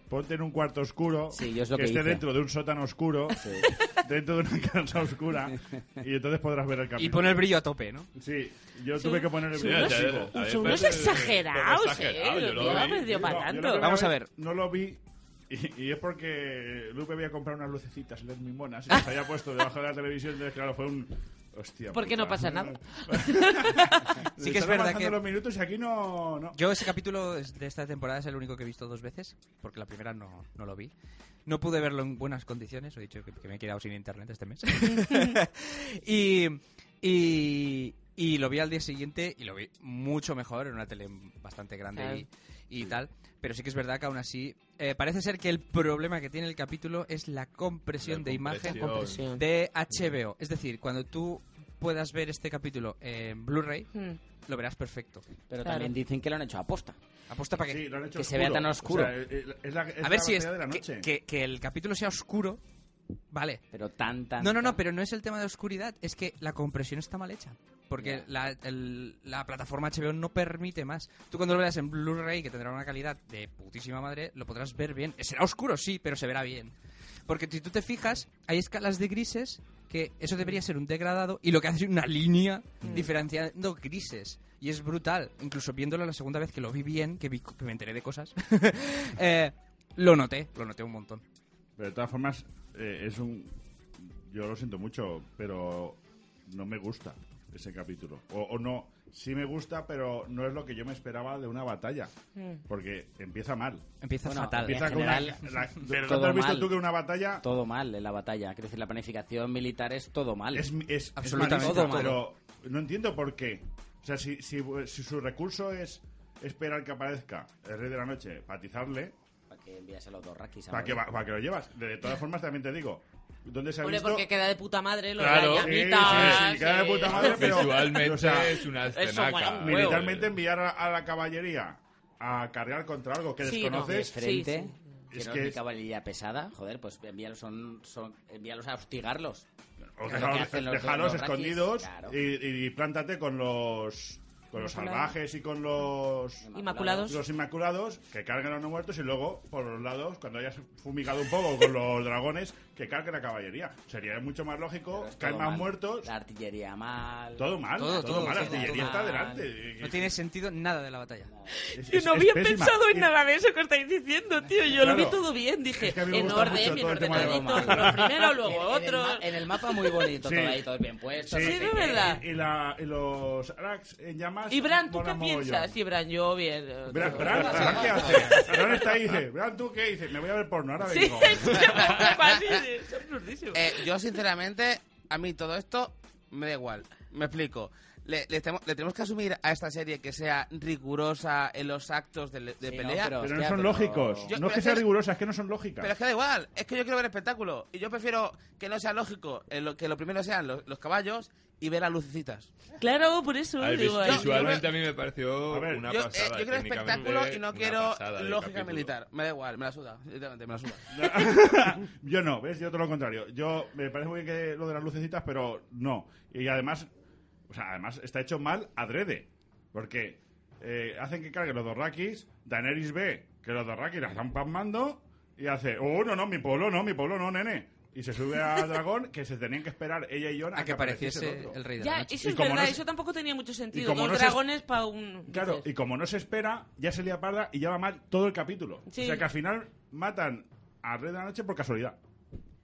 F: ponte en un cuarto oscuro
E: Sí, yo es lo que
F: esté
E: hice.
F: dentro de un sótano oscuro, (laughs) dentro de una casa oscura y entonces podrás ver el
A: Y
F: capítulo.
A: pone el brillo a tope, ¿no?
F: Sí, yo tuve que poner el brillo.
G: ya, ya, ya.
F: activo.
G: A ver,
D: Son unos
G: pero-
D: exagerados,
G: pero exagerado,
D: eh.
G: yo lo
D: Tío,
G: vi.
D: no me dio
F: No,
D: para
F: yo la
D: tanto.
F: primera
A: Vamos a
F: vez
A: ver.
F: No lo vi y, y es porque Lupe había comprado unas lucecitas LED muy monas y las había puesto debajo de la televisión, entonces claro, fue un... Hostia,
D: Porque no
F: puta.
D: pasa
F: (laughs)
D: nada.
A: Sí que es
F: Están
A: verdad
F: avanzando
A: que-
F: los minutos y aquí no... no.
A: Yo ese capítulo es- de esta temporada es el único que he visto dos veces, porque la primera no, no lo vi. No pude verlo en buenas condiciones, he dicho que, que me he quedado sin internet este mes. (laughs) y, y, y lo vi al día siguiente y lo vi mucho mejor, en una tele bastante grande y, y tal. Pero sí que es verdad que aún así eh, parece ser que el problema que tiene el capítulo es la compresión
G: La
A: de imagen
D: Compresión.
G: compresión.
A: de HBO. Es decir, cuando tú puedas ver este capítulo en Blu-ray,
D: Mm.
A: lo verás perfecto.
D: Claro.
E: Pero también dicen que lo han hecho aposta.
A: Apuesta para que...
F: Sí, lo han hecho
E: Que se vea tan
F: O sea,
E: oscuro.
F: eh, eh, es la, es
A: A
F: la
A: ver si
F: batalla
A: es
F: de la
A: que,
F: noche.
A: que- que el capítulo sea oscuro Vale.
E: Pero tan, tan...
A: No, no, no,
E: tan-
A: pero no es el tema de oscuridad, es que la compresión está mal hecha. Porque
E: Ya.
A: la, el- la plataforma HBO no permite más. Tú cuando lo veas en Blu-ray, que tendrá una calidad de putísima madre, lo podrás ver bien. Será oscuro, sí, pero se verá bien. Porque si tú te fijas, hay escalas de grises que
E: Mm.
A: eso debería ser un degradado y lo que hace es una línea diferenciando grises. Y es brutal. Incluso viéndolo la segunda vez que lo vi bien, que, vi- que me enteré de cosas, (laughs) eh, lo noté, lo noté un montón.
F: Pero de todas formas, eh, es un. Yo lo siento mucho, pero no me gusta ese capítulo. O, o no, sí me gusta, pero no es lo que yo me esperaba de una batalla. Porque empieza mal.
A: Empieza
E: Bueno,
A: fatal.
E: En
F: Empieza
E: general,
F: con una. la- pero
E: todo
F: ¿no has visto
E: mal.
F: tú que una batalla
E: Todo mal en la batalla. Quiero decir, la planificación militar es todo mal.
F: es, es
A: Absolutamente
F: es malísima,
A: todo
F: pero no entiendo por qué. O sea, si, si, si su recurso es esperar que aparezca el rey de la noche, patizarle,
E: Para que envías a los dos raquis a
F: ¿para qué,
E: morir.
F: va- para qué lo llevas? De todas formas, también te digo, ¿dónde se ha
D: Hombre,
F: visto?
D: porque queda de puta madre lo
B: Claro,
D: de la
F: Sí, sí,
D: llamita,
F: sí, queda de
D: sí.
F: puta madre, pero,
G: Visualmente
F: o sea,
G: es una
D: eso mola
G: escenaca.
D: un huevo.
F: militarmente enviar a, a la caballería a cargar contra algo que
D: Sí, no.
E: De
F: desconoces,
D: Sí,
E: frente,
F: sí.
E: que
F: Es
E: no
F: que
E: es mi
F: es-
E: caballería pesada, joder, pues envíalos, son, son, envíalos a hostigarlos.
F: o
E: Claro,
F: dejarlos-
E: que hacen los-
F: dejarlos
E: los raquis,
F: escondidos
E: claro.
F: y, y plántate con los con los
D: Inmaculados.
F: salvajes y con los
D: Inmaculados.
F: los inmaculados que carguen a los no muertos y luego por los lados cuando hayas fumigado un poco con los dragones que carguen la caballería sería mucho más lógico
E: Pero es
F: caen
E: todo
F: más
E: mal.
F: muertos
E: La artillería mal.
F: todo mal
A: Todo,
F: todo,
A: todo,
F: mal la
A: todo,
F: artillería
E: todo
F: está
E: mal.
F: delante
A: No tiene sentido nada de la batalla.
F: Es-
D: Yo
F: es-
D: no
F: es
D: había
F: pésima.
D: pensado en
F: Y-
D: nada de eso que estáis diciendo, tío. Yo
F: Claro.
D: lo vi todo bien. Dije,
F: Es que a mí me
D: en
F: gusta mucho
D: orden, en
F: todo el tema de
D: ordenadito,
F: Roma.
D: uno (laughs)
E: (laughs)
D: primero, luego
E: En- en el
D: otro.
E: ma- En, el mapa muy bonito,
F: Sí.
E: todo ahí, todo bien puesto.
F: Sí. eh,
E: no sé
D: Sí, no
E: qué.
D: es verdad.
F: Y, la- y los Arax en llamas.
D: Y Bran, ¿tú qué
F: molan mogollón.
D: piensas? Sí, Bran, yo bien. eh,
F: Bran,
D: todo. (laughs)
F: Bran, Bran, ¿qué hace? Bran está ahí y dice, Bran, ¿tú qué dices? Me voy a ver porno, ahora
D: Sí,
F: vengo.
D: es que me preocupa, sí, sí, es absurdísimo.
C: Eh, yo, sinceramente, a mí todo esto me da igual. Me explico. Le, le temo- le tenemos que asumir a esta serie que sea rigurosa en los actos de, le- de
E: Sí, no,
C: pelea. pero...
E: pero-
F: Pero no
E: Hostia,
F: son
E: pero-
F: lógicos.
C: Yo-
F: no es que
C: pero
F: sea
C: es-
F: rigurosa, es que no son lógicas.
C: es que da igual. Es que yo quiero ver espectáculo. Y yo prefiero que no sea lógico eh, lo- que lo primero sean los, los caballos y ver las lucecitas.
D: Claro, por eso
G: A ver,
D: digo. eh,
G: visualmente a mí me pareció
F: A ver,
G: una
C: yo, eh,
G: pasada.
C: yo quiero
G: técnicamente,
C: espectáculo y no
G: una
C: quiero
G: pasada de
C: lógica
G: capítulo.
C: militar. Me da igual, me la suda. Literalmente, me la suda.
F: (laughs) Yo no, ¿ves? Yo todo lo contrario. Yo me parece muy bien que lo de las lucecitas, pero no. Y además, o sea, además está hecho mal adrede. Porque eh, hacen que carguen los dorraquis, Daenerys ve que los dorraquis la están pasmando y hace, oh, no, no, mi pueblo no, mi pueblo no, nene. Y se sube al dragón que se tenían que esperar ella y Jon
A: A que apareciese
F: otro.
A: el rey de la
D: Ya,
A: noche.
D: eso
F: Y
D: es
F: como
D: verdad,
F: no se-
D: eso tampoco tenía mucho
F: y
D: sentido.
F: como
D: Dos
F: no se-
D: dragones para un.
F: Claro, y como no se espera, ya se lía parda y ya va mal todo el capítulo.
D: Sí.
F: O sea que al final matan a Rey de la Noche por casualidad.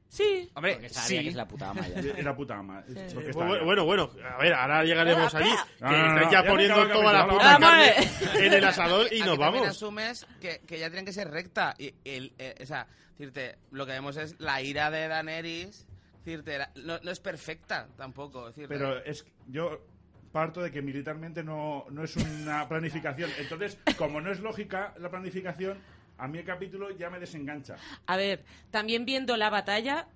D: Sí.
A: Hombre,
E: Porque sabía que
A: sí.
E: es la puta malla.
F: Es la puta ama. Es porque está
B: Bueno,
F: ya.
B: Eh, bueno, bueno, a ver, ahora llegaremos allí. Que
F: No, no, no,
B: estáis
F: ya
B: ya
F: hemos
B: poniendo
F: acabado
B: toda
F: el
B: la
F: capítulo,
B: puta
D: vamos.
B: carne
D: Vamos,
B: en el asador y
C: Aquí
B: nos
C: también
B: vamos.
C: asumes que, que ya tienen que ser recta. Y, el, eh, o sea, decirte, lo que vemos es la ira de Daenerys. Decirte, la- no, no es perfecta tampoco. decirte.
F: Pero es que yo parto de que militarmente no, no es una planificación. Entonces, como no es lógica la planificación, a mí el capítulo ya me desengancha.
D: A ver, también viendo la batalla,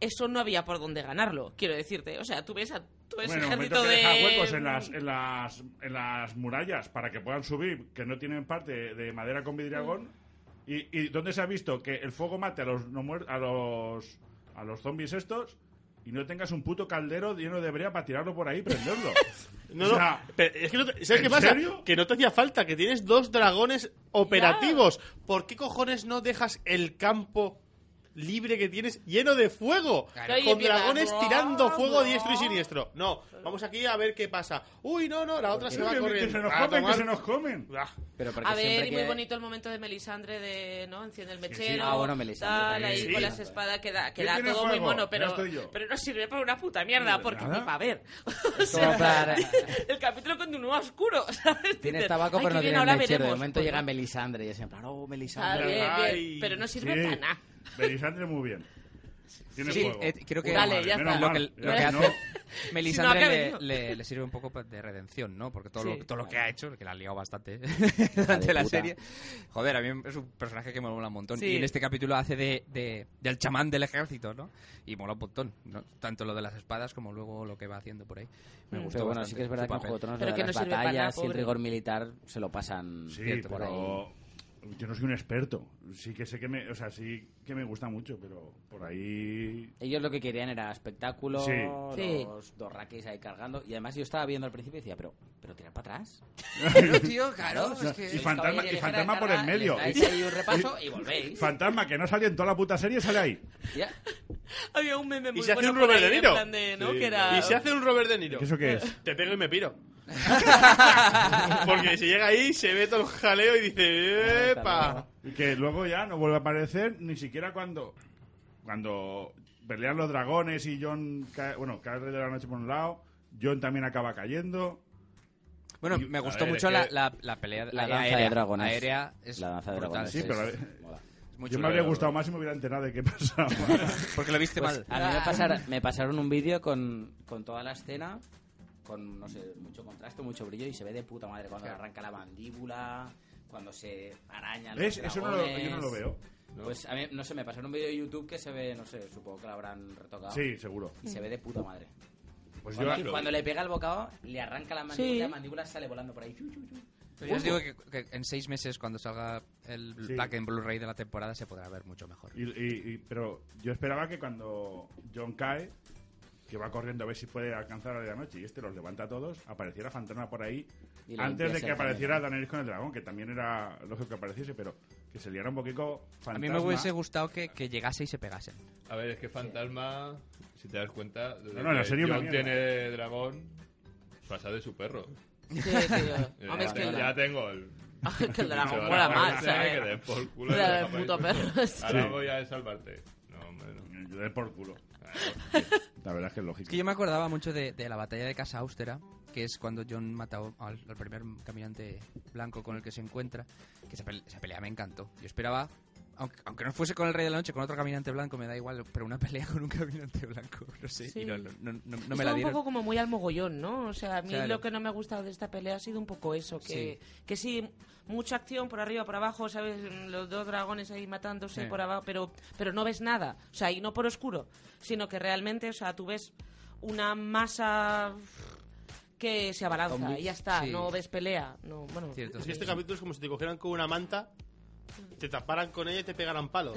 D: eso no había por dónde ganarlo, quiero decirte. O sea, tú ves a todo ese
F: Bueno, en el momento
D: ejército Pues
F: que
D: de. Mm.
F: deja huecos en las, en, las, en las murallas para que puedan subir, que no tienen parte de madera con vidriagón. ¿Y, y dónde se ha visto que el fuego mate a los, no muer- a los, a los zombies estos y no tengas un puto caldero lleno de brea para tirarlo por ahí y prenderlo?
B: No,
F: O
B: (laughs) no,
F: sea,
B: pero es que no te- ¿Sabes
F: ¿en
B: qué pasa?
F: serio?
B: Que no te hacía falta, que tienes dos dragones operativos. ¿Por qué cojones no dejas el campo libre que tienes lleno de fuego?
D: Claro, y
B: Con
D: empieza,
B: dragones
D: "Buah,
B: tirando fuego
D: buah".
B: a diestro y siniestro. No, vamos aquí a ver qué pasa. Uy, no, no, la otra se
F: que-
B: va
F: que
B: corriendo.
F: Pues se nos
B: a
F: comen, que
B: tomar-
F: se nos comen.
B: Ah,
E: Pero porque
D: A ver,
E: siempre
D: y muy
E: que-
D: bonito el momento de Melisandre de, ¿no? Enciende el mechero.
E: Ah, bueno, Melisandre
D: tal,
E: también.
D: ahí
B: Sí.
D: con las espadas queda,
F: ¿Quién
D: queda
F: tiene
D: todo muy
F: fuego?
D: mono,
F: Ya
D: pero,
F: estoy yo. Pues
D: pero no sirve para una puta mierda, porque
F: nada.
D: ni para ver. O
E: Es como
D: sea,
E: para-
D: el capítulo continúa oscuro, (laughs) ¿sabes?
E: Tiene
D: Dices,
E: tabaco,
D: "Ay,
E: pero
D: qué
E: no
D: bien,
E: tiene
D: ahora
E: mechero. De
D: veremos".
E: momento
D: Pues
E: llega
D: no.
E: Melisandre y es en plan, oh,
D: Está
E: Melisandre.
D: bien,
B: Ay,
D: bien, pero no sirve
F: Sí.
D: para nada.
F: Melisandre muy bien. Tiene
A: Sí,
F: fuego.
A: eh, creo que-
F: Puta
D: Dale,
F: madre,
D: ya
F: menos
D: está.
A: Lo que,
F: mal.
A: lo
F: Ya
A: que
F: que (laughs)
A: hace
F: no.
A: Melisandre
D: que ha
A: le,
D: venido.
A: le- le sirve un poco pa- de redención, ¿no? Porque todo,
D: Sí.
A: lo, todo lo que ha hecho, que la ha liado bastante (laughs) durante
E: de
A: la
E: puta.
A: serie. Joder, a mí es un personaje que me mola un montón.
D: Sí.
A: Y en este capítulo hace de, de- del chamán del ejército, ¿no? Y mola un montón. ¿no? Tanto lo de las espadas como luego lo que va haciendo por ahí. Me
D: Mm.
A: gustó
E: Pero bueno,
A: bastante
E: sí que es
A: su
E: verdad que en
A: papel.
E: Juego de Tronos
D: Pero
E: lo de
D: que no
E: las
D: sirve para nada,
E: batallas y el
D: pobre.
E: rigor militar se lo pasan
F: Sí,
E: cierto, por ahí.
F: pero Yo no soy un experto. Sí que sé que me, o sea, sí que me gusta mucho, pero por ahí
E: Ellos lo que querían era espectáculo,
F: Sí.
D: Sí.
E: los dos raquis ahí cargando. Y además yo estaba viendo al principio y decía, pero, pero tirar para (laughs) atrás.
A: Claro, tío, claro. es que-
F: Y fantasma-
E: Caballería
F: y
E: ligera
F: fantasma
E: de
F: por
E: carga,
F: en medio.
E: le dais ahí un
F: (laughs)
E: repaso y volvéis.
F: Fantasma que no salió en toda la puta serie sale ahí.
E: Ya.
D: Había un meme muy
B: Y se hace
D: bueno
B: un
D: por
B: Robert
D: ahí,
B: De
D: en
B: Niro.
D: plan de, ¿no?
G: Sí,
D: que era...
B: Y se hace un Robert De Niro.
F: ¿Eso qué es?
B: Te pego y me
F: (laughs)
B: piro. Porque si llega ahí, se ve todo el jaleo y dice, ¡epa!
F: Y que luego ya no vuelve a aparecer ni siquiera cuando cuando pelean los dragones y John cae, bueno, cae el rey de la noche por un lado, John también acaba cayendo.
A: Bueno,
G: Y-
A: me
G: a
A: gustó
G: ver,
A: mucho
G: es
A: la,
G: que-
A: la- la pelea
E: La
A: la
E: danza
A: aérea.
E: de dragones.
A: aérea es
E: La danza de
A: brutal,
E: dragones.
F: Sí,
A: es-
F: pero
A: es
F: a ver,
E: Mola.
A: muy
F: yo
A: chulo.
F: me habría gustado más si me hubiera enterado de qué pasaba.
A: Porque lo viste
E: Pues
A: mal.
E: a mí me, pasar- me pasaron un vídeo con, con toda la escena, con, no sé, mucho contraste, mucho brillo, y se ve de puta madre cuando le arranca la mandíbula, cuando se araña los
F: ¿Ves? Eso no lo-
E: dragones.
F: yo no lo veo.
E: Pues a mí, no sé, me pasaron un vídeo de YouTube que se ve, no sé, supongo que lo habrán retocado.
F: Sí, seguro.
E: Y se ve de puta madre.
F: Pues yo
E: Cuando, cuando le pega el bocado, le arranca la mandíbula
D: Sí.
E: y la mandíbula sale volando por ahí. Chu, chu, chu.
A: Pero yo os digo que, que en seis meses, cuando salga el
F: Sí.
A: pack en Blu-ray de la temporada, se podrá ver mucho mejor.
F: Y- y- y- pero yo esperaba que cuando John cae, que va corriendo a ver si puede alcanzar a la de la noche, y este los levanta a todos, apareciera Fantasma por ahí,
E: Y le
F: antes de
E: limpias
F: que
E: el
F: apareciera
E: camino.
F: Daenerys con el dragón, que también era lógico que apareciese, pero que se liara un poquito
A: A
F: Fantasma.
A: mí me hubiese gustado que, que llegase y se pegasen.
G: A ver, es que Fantasma, si te das cuenta, desde
F: No, no, la
G: que
F: serie es una
G: John
F: mierda.
G: tiene dragón, pasa de su perro.
D: Sí, tío.
A: (laughs)
G: Eh,
D: Hombre, es
G: ya,
D: que
G: ya tengo el...
D: el, que el dragón
G: Dicho,
D: mola
G: ahora
D: más,
G: se me
D: ¿eh?
G: quedé por culo y
D: Era
G: lo
D: el
G: dejo ahí.
D: puto perro,
A: Ah,
D: sí.
G: Ahora voy a salvarte. No, hombre, no.
F: Yo doy por culo. La verdad es que es lógico.
A: Es que yo me acordaba mucho de, de la batalla de Casa Austera, que es cuando John mata al, al primer caminante blanco con el que se encuentra. Que esa, pel- esa pelea me encantó. Yo esperaba, aunque, aunque no fuese con el Rey de la Noche, con otro caminante blanco, me da igual, pero una pelea con un caminante blanco, (laughs) no sé.
D: Sí.
A: Y no, no- no- no- no
D: Es
A: me la
D: un
A: dieron.
D: poco como muy al mogollón, ¿no? O sea, a mí
A: Claro.
D: lo que no me ha gustado de esta pelea ha sido un poco eso, que sí, que sí mucha acción por arriba, por abajo, ¿sabes? Los dos dragones ahí matándose
A: Sí.
D: por abajo, pero, pero no ves nada, o sea, y no por oscuro, sino que realmente, o sea, tú ves una masa que se abalanza
E: Zombies.
D: y ya está,
A: Sí.
D: no ves pelea, no, bueno,
A: Cierto.
D: no
B: Si
D: sé.
B: este capítulo es como si te cogieran con una manta, te taparan con ella y te pegaran
D: (laughs)
B: palos.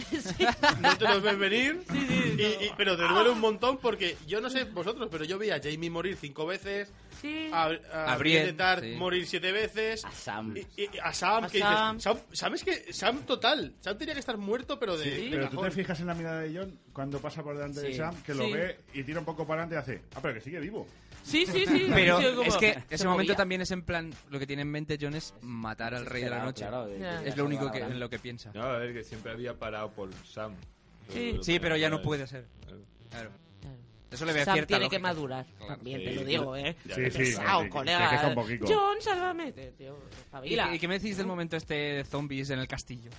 B: No te los ves venir, y- y- pero te duele
D: Ah.
B: un montón porque yo no sé vosotros, pero yo vi a Jamie morir cinco veces,
D: Sí.
B: a,
A: A
B: a
A: Brienne,
B: Brienne de Tarth
A: sí.
B: morir siete veces.
E: A Sam.
B: y- y- y a Sam,
D: A
B: que dices,
D: Sam.
B: Sam- Sam es que Sam total. Sam tenía que estar muerto, pero de.
F: Sí,
B: de
F: pero tú te
B: cajón.
F: fijas en la mirada de John cuando pasa por delante de
E: Sí.
F: Sam, que lo
D: Sí.
F: ve y tira un poco para adelante y hace, ah, pero que sigue vivo.
D: Sí, sí, sí.
A: Pero
D: Sí, como-
A: es
D: (laughs)
A: que
D: se
A: ese momento
D: movía.
A: también es en plan, lo que tiene en mente John es matar al Rey de la
E: Claro,
A: Noche.
E: claro, de-
D: Ya.
E: de-
A: Es lo único que,
E: de-
A: en lo que piensa.
G: No, a ver, que siempre había parado por Sam.
D: Sí.
G: Yo-
A: Sí, pero ya no
G: yo-
A: puede ser. Claro. Eso le ve
D: Sam
A: cierta
D: tiene
A: lógica.
D: que madurar. También te
G: Sí.
D: lo digo, ¿eh?
G: Ya,
F: Sí,
G: ya.
F: sí.
D: Pesao,
F: no, te-
D: colega.
F: te queja un poquito.
D: John, sálvame. Te- Tío,
A: ¿Y,
D: espabila.
A: qué- y qué me decís del momento este de zombies en el castillo?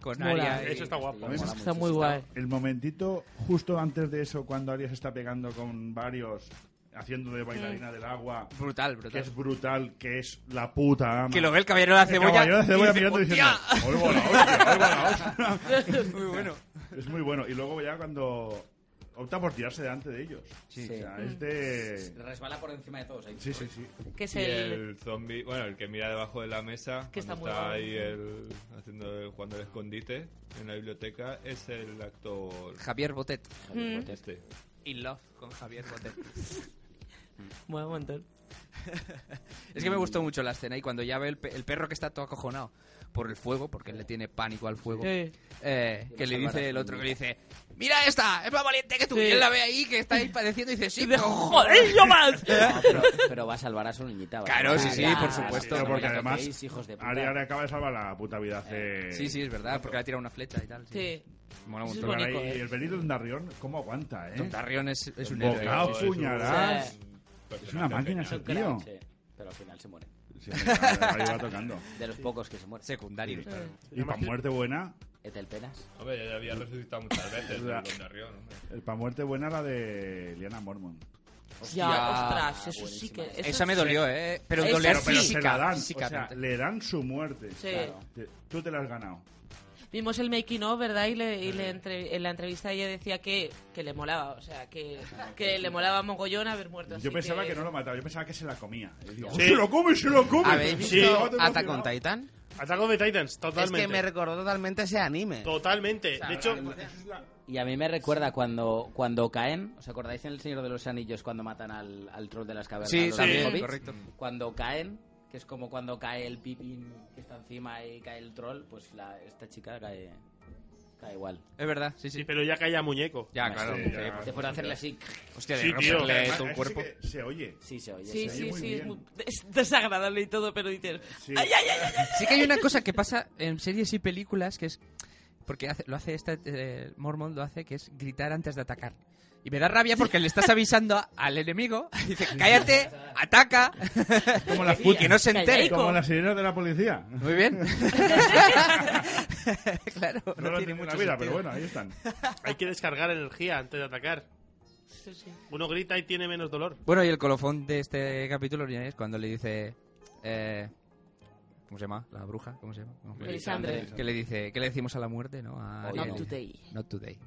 A: Con
D: Mola.
A: Arya. y-
B: Eso está guapo.
E: Mola
F: Está
D: Está
E: muchísimo.
D: muy guay.
F: El momentito justo antes de eso, cuando Arias está pegando con varios, haciendo de bailarina del agua,
A: Brutal,
F: que
A: brutal.
F: es brutal, que es la puta ama.
A: Que lo ve el caballero de la
F: El
A: cebolla.
F: caballero de cebolla
A: y dice,
F: mirando y diciendo,
A: "Hostia".
F: "Oigo la hostia, oigo la hostia". (laughs)
A: Muy bueno.
F: Es muy bueno. Y luego ya cuando opta por tirarse delante de ellos.
A: Sí.
F: O sea, es de...
E: Resbala por encima de todos. ahí.
F: Sí, sí, sí.
D: Que es
G: Y
D: el...
G: el zombie, bueno, el que mira debajo de la mesa,
D: Que
G: cuando
D: está muy
G: está
D: guapo.
G: ahí el, haciendo el, jugando al escondite en la biblioteca, es el actor
A: Javier Botet.
D: Mm,
G: este.
A: In love con Javier Botet.
D: buen montón.
A: Es que me gustó mucho la escena y cuando ya ve el, pe- el perro que está todo acojonado por el fuego, porque él le tiene pánico al fuego,
D: Sí.
A: eh, que
E: Y
A: le
E: las
A: dice
E: alvaras
A: el otro que le
E: también.
A: dice, mira esta, es más valiente que tú.
D: Sí.
A: Y él la ve ahí que está ahí padeciendo y dice, sí,
D: Y de
A: pero-
D: joder, yo más.
E: No, pero, pero va a salvar a su niñita. va a
A: Claro,
E: salvar
A: sí,
E: a-
A: sí,
E: a-
A: por
E: a-
A: supuesto.
E: a-
F: Pero Ah, porque
E: a-
F: además,
E: hijos de puta.
F: Arias le acaba de salvar la puta vida hace...
A: Sí, sí, es verdad, porque le ha tirado una flecha y tal.
D: Sí.
A: Mola
D: Sí,
A: mucho.
D: es
F: Tocar ahí.
D: bonito, ¿eh?
F: Y el Benito Dondarrión, ¿cómo aguanta, eh?
A: Tarrión es, es un héroe. eh,
F: Bocao,
G: Es un-
F: puñaladas.
G: personaje
F: Es una máquina
G: genial.
F: ese
E: Un crack,
F: tío.
E: sí, pero al final se muere.
F: Sí, ahí va tocando.
E: De los pocos que se muere.
A: Secundario.
F: Y para muerte buena,
E: Etel Penas.
G: Hombre, ya había resucitado muchas veces
F: Verdad.
G: el Dondarrión, hombre.
F: para muerte buena la de Liana Mormon.
D: Ya, ostras, eso sí
E: buenísima.
D: que... eso
A: Esa me
D: sí.
A: dolió, ¿eh? Pero
D: Esa
A: dolió
D: sí.
F: Pero se la
A: física.
F: dan, o sea,
A: físicamente.
F: le dan su muerte.
D: Sí.
E: Claro.
F: Te- Tú te la has ganado.
D: vimos el making of, ¿verdad? Y, le- y le entre- en la entrevista ella decía que, que le molaba, o sea, que, que le molaba mogollón haber muerto. así
F: Yo pensaba que... no lo mataba, yo pensaba que se la comía. Y digo, "Oh,
B: Sí.
F: "Se lo come, se lo come!
C: ¿Habéis visto
F: Sí.
C: Attack on Titan?
B: Attack on the Titans, totalmente.
C: Es que me recordó totalmente ese anime.
B: Totalmente. De hecho,
E: Y a mí me recuerda cuando, cuando caen, ¿os acordáis en El Señor de los Anillos cuando matan al, al troll de las cavernas?
A: Sí,
E: los
B: también,
E: hobbits?
A: correcto.
E: Cuando caen, que es como cuando cae el pipín que está encima y cae el troll, pues la, esta chica cae, cae igual.
A: Es verdad, sí, sí.
B: sí, pero ya caía muñeco.
A: Ya,
E: Me
A: claro.
E: sé,
A: sí,
F: ya.
A: por-
E: Te fuera a hacerle así. (laughs)
A: Hostia, de
B: Sí, tío,
A: romperle
B: que
F: Además,
A: todo
F: eso
A: un
F: sí
A: cuerpo.
F: Ah, que se oye.
E: Sí, se oye.
D: Sí,
E: se
D: sí,
E: oye.
F: muy
D: sí, es,
F: bien.
D: muy- es desagradable y todo, pero dices...
F: Sí.
D: ¡Ay, ay, ay, ay, ay!
A: Sí que hay una cosa que pasa en series y películas que es... Porque hace- lo hace esta... eh, Mormon lo hace, que es gritar antes de atacar. Y me da rabia porque le estás avisando a- al enemigo. (laughs) Dice, cállate, ataca.
F: Como las
A: Y que no se
D: Callaico.
A: entere.
F: Como las sirenas de la policía.
A: Muy (laughs) bien. claro, no,
F: No, las
A: tiene
F: tengo en la
A: mucho
F: vida,
A: sentido.
F: pero bueno, ahí están.
B: Hay que descargar energía antes de atacar.
D: Sí, sí.
B: Uno grita y tiene menos dolor.
A: Bueno, y el colofón de este capítulo ya es cuando le dice... eh, ¿Cómo se llama? ¿La bruja? ¿Cómo se llama? No,
D: Melisandre.
A: Que le dice... ¿Qué le decimos a la muerte, no? A
E: Hoy
A: Ariel.
D: Not today.
A: Not today.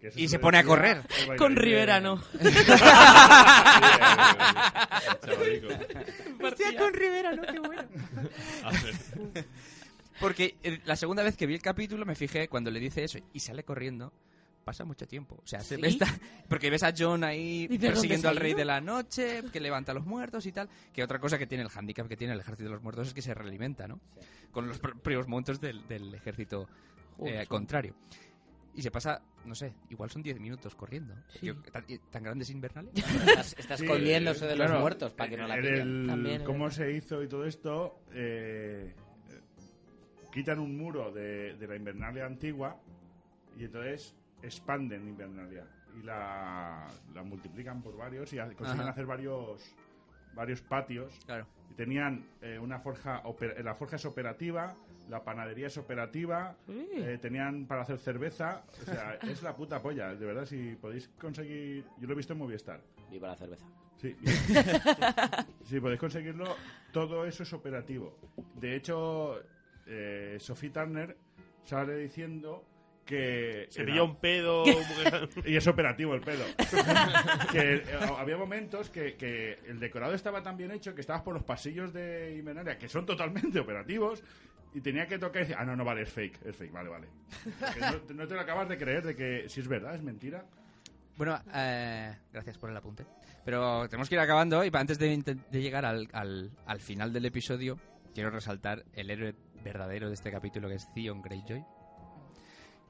F: Que eso
A: Y
F: lo
A: se pone a
F: decía
A: correr.
F: el bailarín
D: Con
F: de-
D: Rivera no.
G: Chavalico.
A: (laughs) Hostia, con Rivera, ¿no? Qué bueno.
G: A ver.
A: Porque eh, la segunda vez que vi el capítulo me fijé cuando le dice eso y sale corriendo. Pasa mucho tiempo. O sea, se
D: ¿Sí?
A: ve esta- porque ves a John ahí
D: Dice,
A: persiguiendo
D: ¿dónde se
A: al
D: ha
A: rey
D: ido?
A: de la noche, que levanta a los muertos y tal. Que otra cosa que tiene el handicap que tiene el ejército de los muertos es que se realimenta, ¿no? Con los pr- primeros montos del, del ejército
D: Joder.
A: eh, contrario. Y se pasa, no sé, igual son 10 minutos corriendo.
D: Sí.
A: Yo- ¿Tan, eh, tan grande es
D: (laughs)
A: invernal?
E: Estás, estás
F: Sí,
E: escondiéndose de los
F: claro,
E: muertos para que no la
F: en
E: pillen.
F: el-
D: También, ¿eh? es
F: cómo
D: verdad.
F: se hizo y todo esto, eh, eh, quitan un muro de, de la Invernalia antigua y entonces expanden Invernalia y la, la multiplican por varios y ha- consiguen
A: Ajá.
F: hacer varios varios patios.
A: Claro.
F: Y tenían eh, una forja, oper- eh, la forja es operativa, la panadería es operativa, eh, tenían para hacer cerveza, o sea, es la puta polla, de verdad, si podéis conseguir, yo lo he visto en Movistar.
E: Viva la cerveza.
F: Sí, si podéis conseguirlo, todo eso es operativo. De hecho, eh, Sophie Turner sale diciendo que...
B: Se
F: era-
B: pilló un
D: (laughs)
B: pedo. un-
F: Y es operativo
B: (laughs)
F: el pelo. que eh, había momentos que, que el decorado estaba tan bien hecho que estabas por los pasillos de Himenaria, que son totalmente operativos, y tenía que tocar y decir, ah, no, no, vale, es fake, es fake, vale, vale. Porque No, no te lo acabas de creer de que si es verdad, es mentira.
A: Bueno, eh, gracias por el apunte. Pero tenemos que ir acabando y pa- antes de, inten- de llegar al, al- al final del episodio, quiero resaltar el héroe verdadero de este capítulo que es Theon Greyjoy,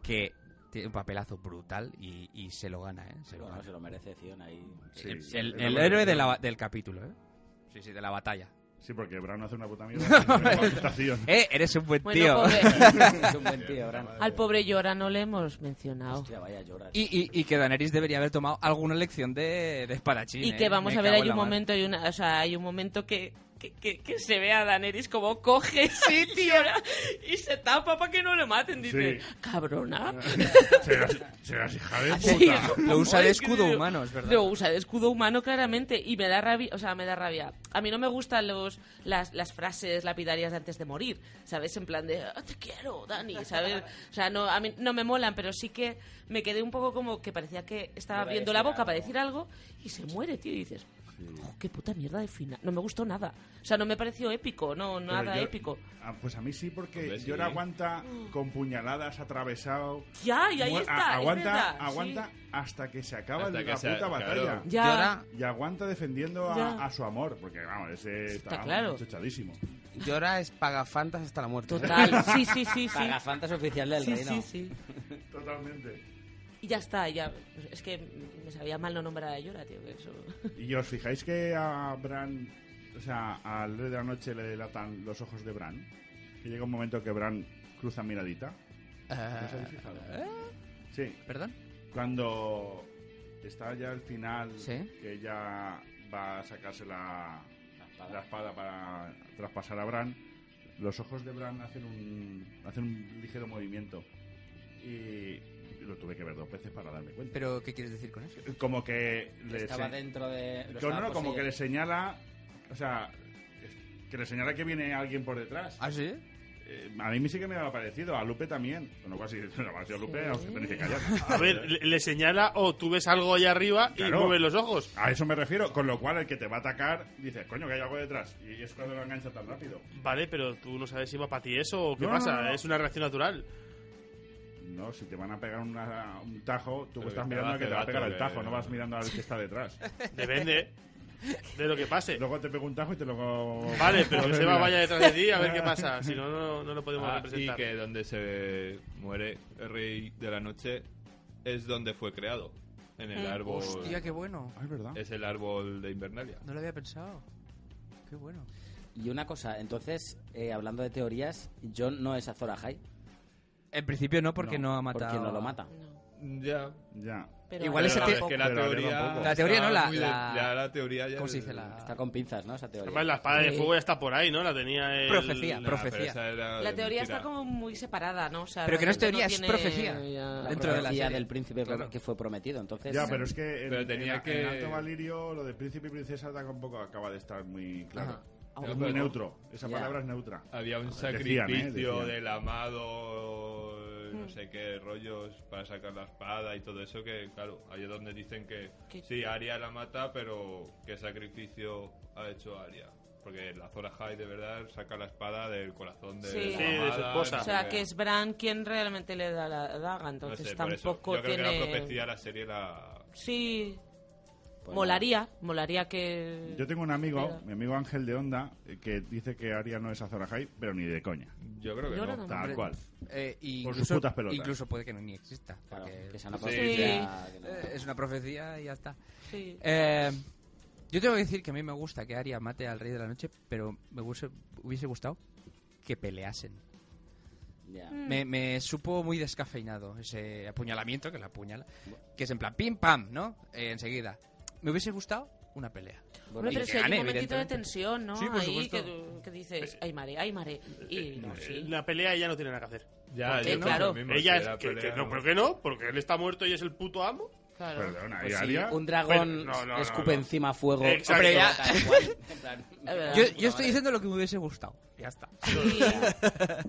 A: que tiene un papelazo brutal y, y se lo gana, ¿eh? Se lo
E: Bueno,
A: gana.
E: se lo merece Cion
F: (laughs)
E: ahí.
F: Sí,
A: el
F: sí,
A: el-
F: es
A: el
F: la
A: héroe de
F: verdad.
A: la ba- del capítulo, ¿eh? Sí, sí, de la batalla.
F: Sí, porque Bran hace una puta
A: (laughs)
F: mierda. Es una contestación.
A: ¡Eh! Eres un buen tío.
D: Bueno, pobre-
E: es un buen tío, Bran.
D: al pobre Llora no le hemos mencionado.
E: Hostia, vaya llorar.
A: (laughs) Y, y, y que Daenerys debería haber tomado alguna lección de, de espadachín.
D: Y
A: ¿eh?
D: que vamos
A: Me
D: a ver,
A: cago
D: hay
A: en la
D: un
A: mar.
D: momento, hay una, o sea, hay un momento que, que, que- que se ve a Daenerys como coge sitio y se tapa para que no le maten. Dice,
F: Sí.
D: cabrona.
F: serás, serás hija de
D: Ah, Sí,
F: puta.
D: es como,
A: Lo usa de
D: "Ay,
A: escudo
D: querido".
A: humano, es verdad.
D: Lo usa de escudo humano claramente y me da rabia, o sea, me da rabia. A mí no me gustan los, las, las frases lapidarias de antes de morir, ¿sabes? En plan de, "Ah, te quiero, Dani, ¿sabes? O sea, no, a mí no me molan, pero sí que me quedé un poco como que parecía que estaba
E: Iba a
D: abriendo la
E: decir
D: boca para
E: algo.
D: decir algo y se muere, tío, y dices... "Jo, qué puta mierda de final. No me gustó nada. O sea, no me pareció épico, no,
F: Pero
D: nada
F: yo-
D: épico.
F: Ah, pues a mí sí, porque
G: Hombre,
F: yo
G: sí.
F: Llora aguanta con puñaladas atravesado.
D: Ya, y ahí
F: Mu- a-
D: está. es
F: aguanta
D: verdad,
F: aguanta
D: sí.
F: hasta que se acaba
G: Hasta
F: la
G: que
F: puta
G: se- claro.
F: batalla.
D: Ya.
C: Llora,
F: Y aguanta defendiendo
D: Ya.
F: a, a su amor, porque vamos, ese está,
D: claro.
F: chochadísimo.
C: llora es pagafantas hasta la muerte. (laughs)
D: Total. Sí, sí, sí, sí.
E: Pagafantas oficial del
D: Sí, sí,
E: reino.
D: sí.
F: Totalmente.
D: Y ya está, ya. Es que me sabía mal no nombrar a Yora, tío. Que eso...
F: Y os fijáis que a Bran, o sea, al rey de la noche le delatan los ojos de Bran. Que llega un momento que Bran cruza miradita. ¿No os habéis fijado?
D: Ah.
F: Sí,
A: Eh, ¿Perdón?
F: cuando está ya el final,
A: Sí.
F: que ella va a sacarse la, la espada para traspasar a Bran, los ojos de Bran hacen un, hacen un ligero movimiento. Y lo tuve que ver dos veces para darme cuenta.
A: ¿Pero qué quieres decir con eso?
F: como que le
E: Estaba
F: se-
E: dentro de... lo
F: que no,
E: estaba
F: no, como que
E: poseyendo.
F: le señala, o sea, que le señala que viene alguien por detrás.
A: ¿Ah, sí?
F: eh, a mí sí que me ha parecido, a Lupe también. Con lo cual, si (laughs) no ha sido Lupe, os tenéis que callar.
B: A
F: (laughs)
B: ver, le, le señala o tú ves algo ahí arriba y
F: Claro.
B: mueves los ojos.
F: A eso me refiero, con lo cual el que te va a atacar dice, coño, que hay algo detrás. Y es cuando lo engancha tan rápido.
B: Vale, pero tú no sabes si va para ti eso o qué
F: No, no,
B: pasa.
F: no, no.
B: Es una reacción natural.
F: No, si te van a pegar una- un tajo, tú
G: Pero
F: estás
G: que
F: mirando
G: te
F: al que
G: va,
F: te va a
G: te
F: pegar
G: va,
F: el
G: te
F: tajo,
G: va.
F: no vas mirando al que está detrás.
B: Depende de lo que pase.
F: Luego te pega un tajo y te lo...
B: Vale, pero que
F: Joder,
B: se va
F: mira.
B: vaya detrás de ti a ver qué pasa. Si no, no, no lo podemos
G: Ah, y
B: representar.
G: que donde se muere el rey de la noche es donde fue creado. En el árbol.
A: Mm. Hostia, qué bueno.
F: Ah, es verdad.
G: Es el árbol de Invernalia.
A: No lo había pensado. Qué bueno.
E: Y una cosa, entonces, eh, hablando de teorías, John no es Azor Ahai.
A: En principio no, porque no, ha matado.
E: Porque no lo
A: a-
E: mata.
G: Ya.
F: Ya.
D: Pero
A: Igual
D: a
A: ese
D: ver,
G: Pero
A: te-
G: es que la
F: Pero la
G: teoría.
F: tampoco.
A: La teoría no,
G: está
A: la-
G: muy de-
A: la-
G: ya la teoría ya.
A: ¿Cómo se
G: es-
A: dice la...?
E: Está con pinzas, ¿no? Esa teoría.
B: Además, la espada de
D: Sí.
B: fuego ya está por ahí, ¿no? La tenía el...
A: Profecía.
G: No,
A: Pro-
G: pero
A: Profecía.
G: esa era
D: La
G: de
D: teoría
G: mentira.
D: está como muy separada, ¿no? O sea,
A: Pero que no es
D: realmente
A: teoría, es profecía.
E: La
A: dentro de la
E: profecía
A: serie.
E: del príncipe
A: Claro.
E: que fue prometido. Entonces,
F: Ya, pero es que en,
G: Pero tenía
F: en-
G: que-
F: en Alto Valirio lo de príncipe y princesa tampoco acaba de estar muy claro.
G: Ajá.
F: Es
G: Pero-
F: muy neutro. Esa
E: Ya.
F: palabra es neutra.
G: Había un
F: Decían, ¿eh?
G: sacrificio
F: Decían.
G: del amado, no sé qué, rollos para sacar la espada y todo eso que, claro, ahí es donde dicen que
D: ¿Qué?
G: sí, Aria la mata, pero ¿qué sacrificio ha hecho Aria? Porque la Zora High de verdad saca la espada del corazón de,
D: Sí.
G: la
D: Sí, de su
G: amada,
B: esposa.
G: no
D: O
G: sé
D: sea,
G: qué.
D: que es Bran quien realmente le da la daga,
G: No
D: entonces
G: sé, por eso.
D: tampoco
G: Yo creo
D: tiene...
G: que la profecía la serie la...
D: Sí,
E: pues,
D: molaría, molaría que...
F: Yo tengo un amigo,
D: Pero-
F: mi amigo Ángel de Onda, eh, que dice que Aria no es Azor Ahai, pero ni de coña.
G: Yo creo que
D: Yo
G: no.
D: creo que
F: Tal
A: Hombre,
F: cual.
A: Eh, y
F: Por sus
A: incluso,
F: putas pelotas.
A: Incluso puede que no ni exista.
E: claro,
A: porque-
E: que sea una
G: Sí.
E: profecía que no-
A: Eh, es una profecía y ya está.
D: Sí.
A: Eh, yo tengo que decir que a mí me gusta que Arya mate al Rey de la Noche, pero me hubiese, hubiese gustado que peleasen.
E: ya.
A: Me, me supo muy descafeinado ese apuñalamiento que la apuñala. Que es en plan, pim, pam, ¿no? Eh, enseguida. Me hubiese gustado una pelea.
E: Bueno,
D: Hombre,
A: y
D: pero
A: que
D: si hay
A: gane,
D: un momentito de
A: evidentemente.
D: tensión, ¿no?
A: Sí, por
D: Ahí
A: supuesto.
D: que, tú- que dices, ay, mare, ay, mare.
G: Eh,
D: Y no, sí.
B: La pelea ya no tiene nada que hacer.
G: Ya,
A: qué
G: yo
A: no?
G: creo
D: Claro.
G: lo mismo,
B: Ella
G: si
B: es...
G: la
B: Que,
G: pelea
B: que no, pero que no, porque él está muerto y es el puto amo.
D: Claro.
F: Perdona,
E: Pues
F: ¿y
E: sí,
F: Aria?
E: un dragón
B: Pero- no, no, no,
E: escupe
B: no.
E: encima fuego.
B: Exacto.
A: (laughs)
E: Hombre, ya.
B: Tal
E: En plan,
D: verdad.
A: Yo,
D: Ah,
A: yo estoy diciendo lo que me hubiese gustado. Ya está.
D: Sí.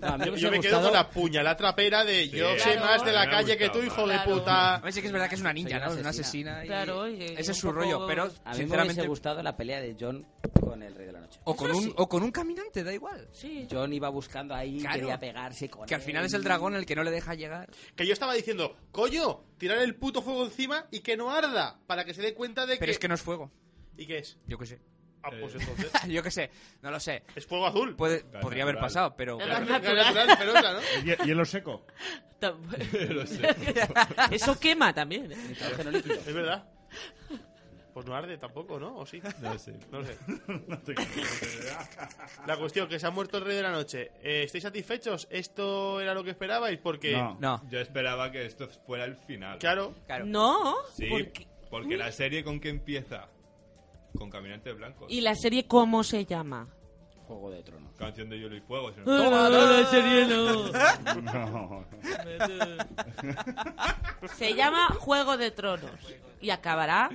E: no, a mí me
B: Yo,
E: hubiese
B: me quedo
E: gustado-
B: con la puña, la trapera de yo sé
D: Claro.
B: más de la
G: Me ha
B: calle que tú,
G: gustado,
B: hijo
D: claro.
B: de
A: A
B: puta.
A: ver, sí que es verdad que es una ninja,
E: Soy
A: ¿no?
E: una
A: Es una asesina. y-
D: Claro, y-
A: ese es su
D: un poco-
A: rollo, pero
E: A mí me
A: sinceramente. Oh.
E: hubiese gustado la pelea de John con el Rey de la Noche.
A: O con,
D: Eso
A: un,
D: sí.
A: o con un caminante, da igual.
D: Sí. (laughs)
E: John iba buscando ahí,
A: Claro.
E: quería pegarse con
A: Que al
E: él.
A: final es el dragón el que no le deja llegar.
B: Que yo estaba diciendo, coño, tirar el puto fuego encima y que no arda, para que se dé cuenta de
A: Pero es que no es fuego.
B: ¿Y qué es?
A: Yo qué sé. (laughs)
B: Ah, pues entonces...
A: Yo qué sé. No lo sé.
B: Es fuego azul.
A: Puede-
G: Natural.
A: podría haber pasado, pero.
B: Gas
D: Natural.
B: natural, pero otra, ¿no?
F: (laughs) ¿Y- ¿Hielo seco?
D: Tam-
G: Lo sé.
D: Eso quema también. ¿eh?
E: Nitrógeno líquido.
B: Es verdad. Pues no arde tampoco, ¿no? ¿O sí?
G: No sé.
B: No lo sé.
F: No te creo.
B: La cuestión, que se ha muerto el rey de la noche. Eh, ¿Estáis satisfechos? ¿Esto era lo que esperabais? Porque...
F: No.
A: No.
G: Yo esperaba que esto fuera el final.
B: Claro.
A: Claro.
D: No.
G: Sí,
D: ¿por qué?
G: porque la serie con qué empieza? Con Caminantes Blancos.
D: ¿Y la serie cómo se llama?
E: Juego de Tronos.
G: Canción de Hielo y Fuego.
D: Ah.
G: si no-
D: la serie no.
F: No.
D: Se llama Juego de Tronos. Y acabará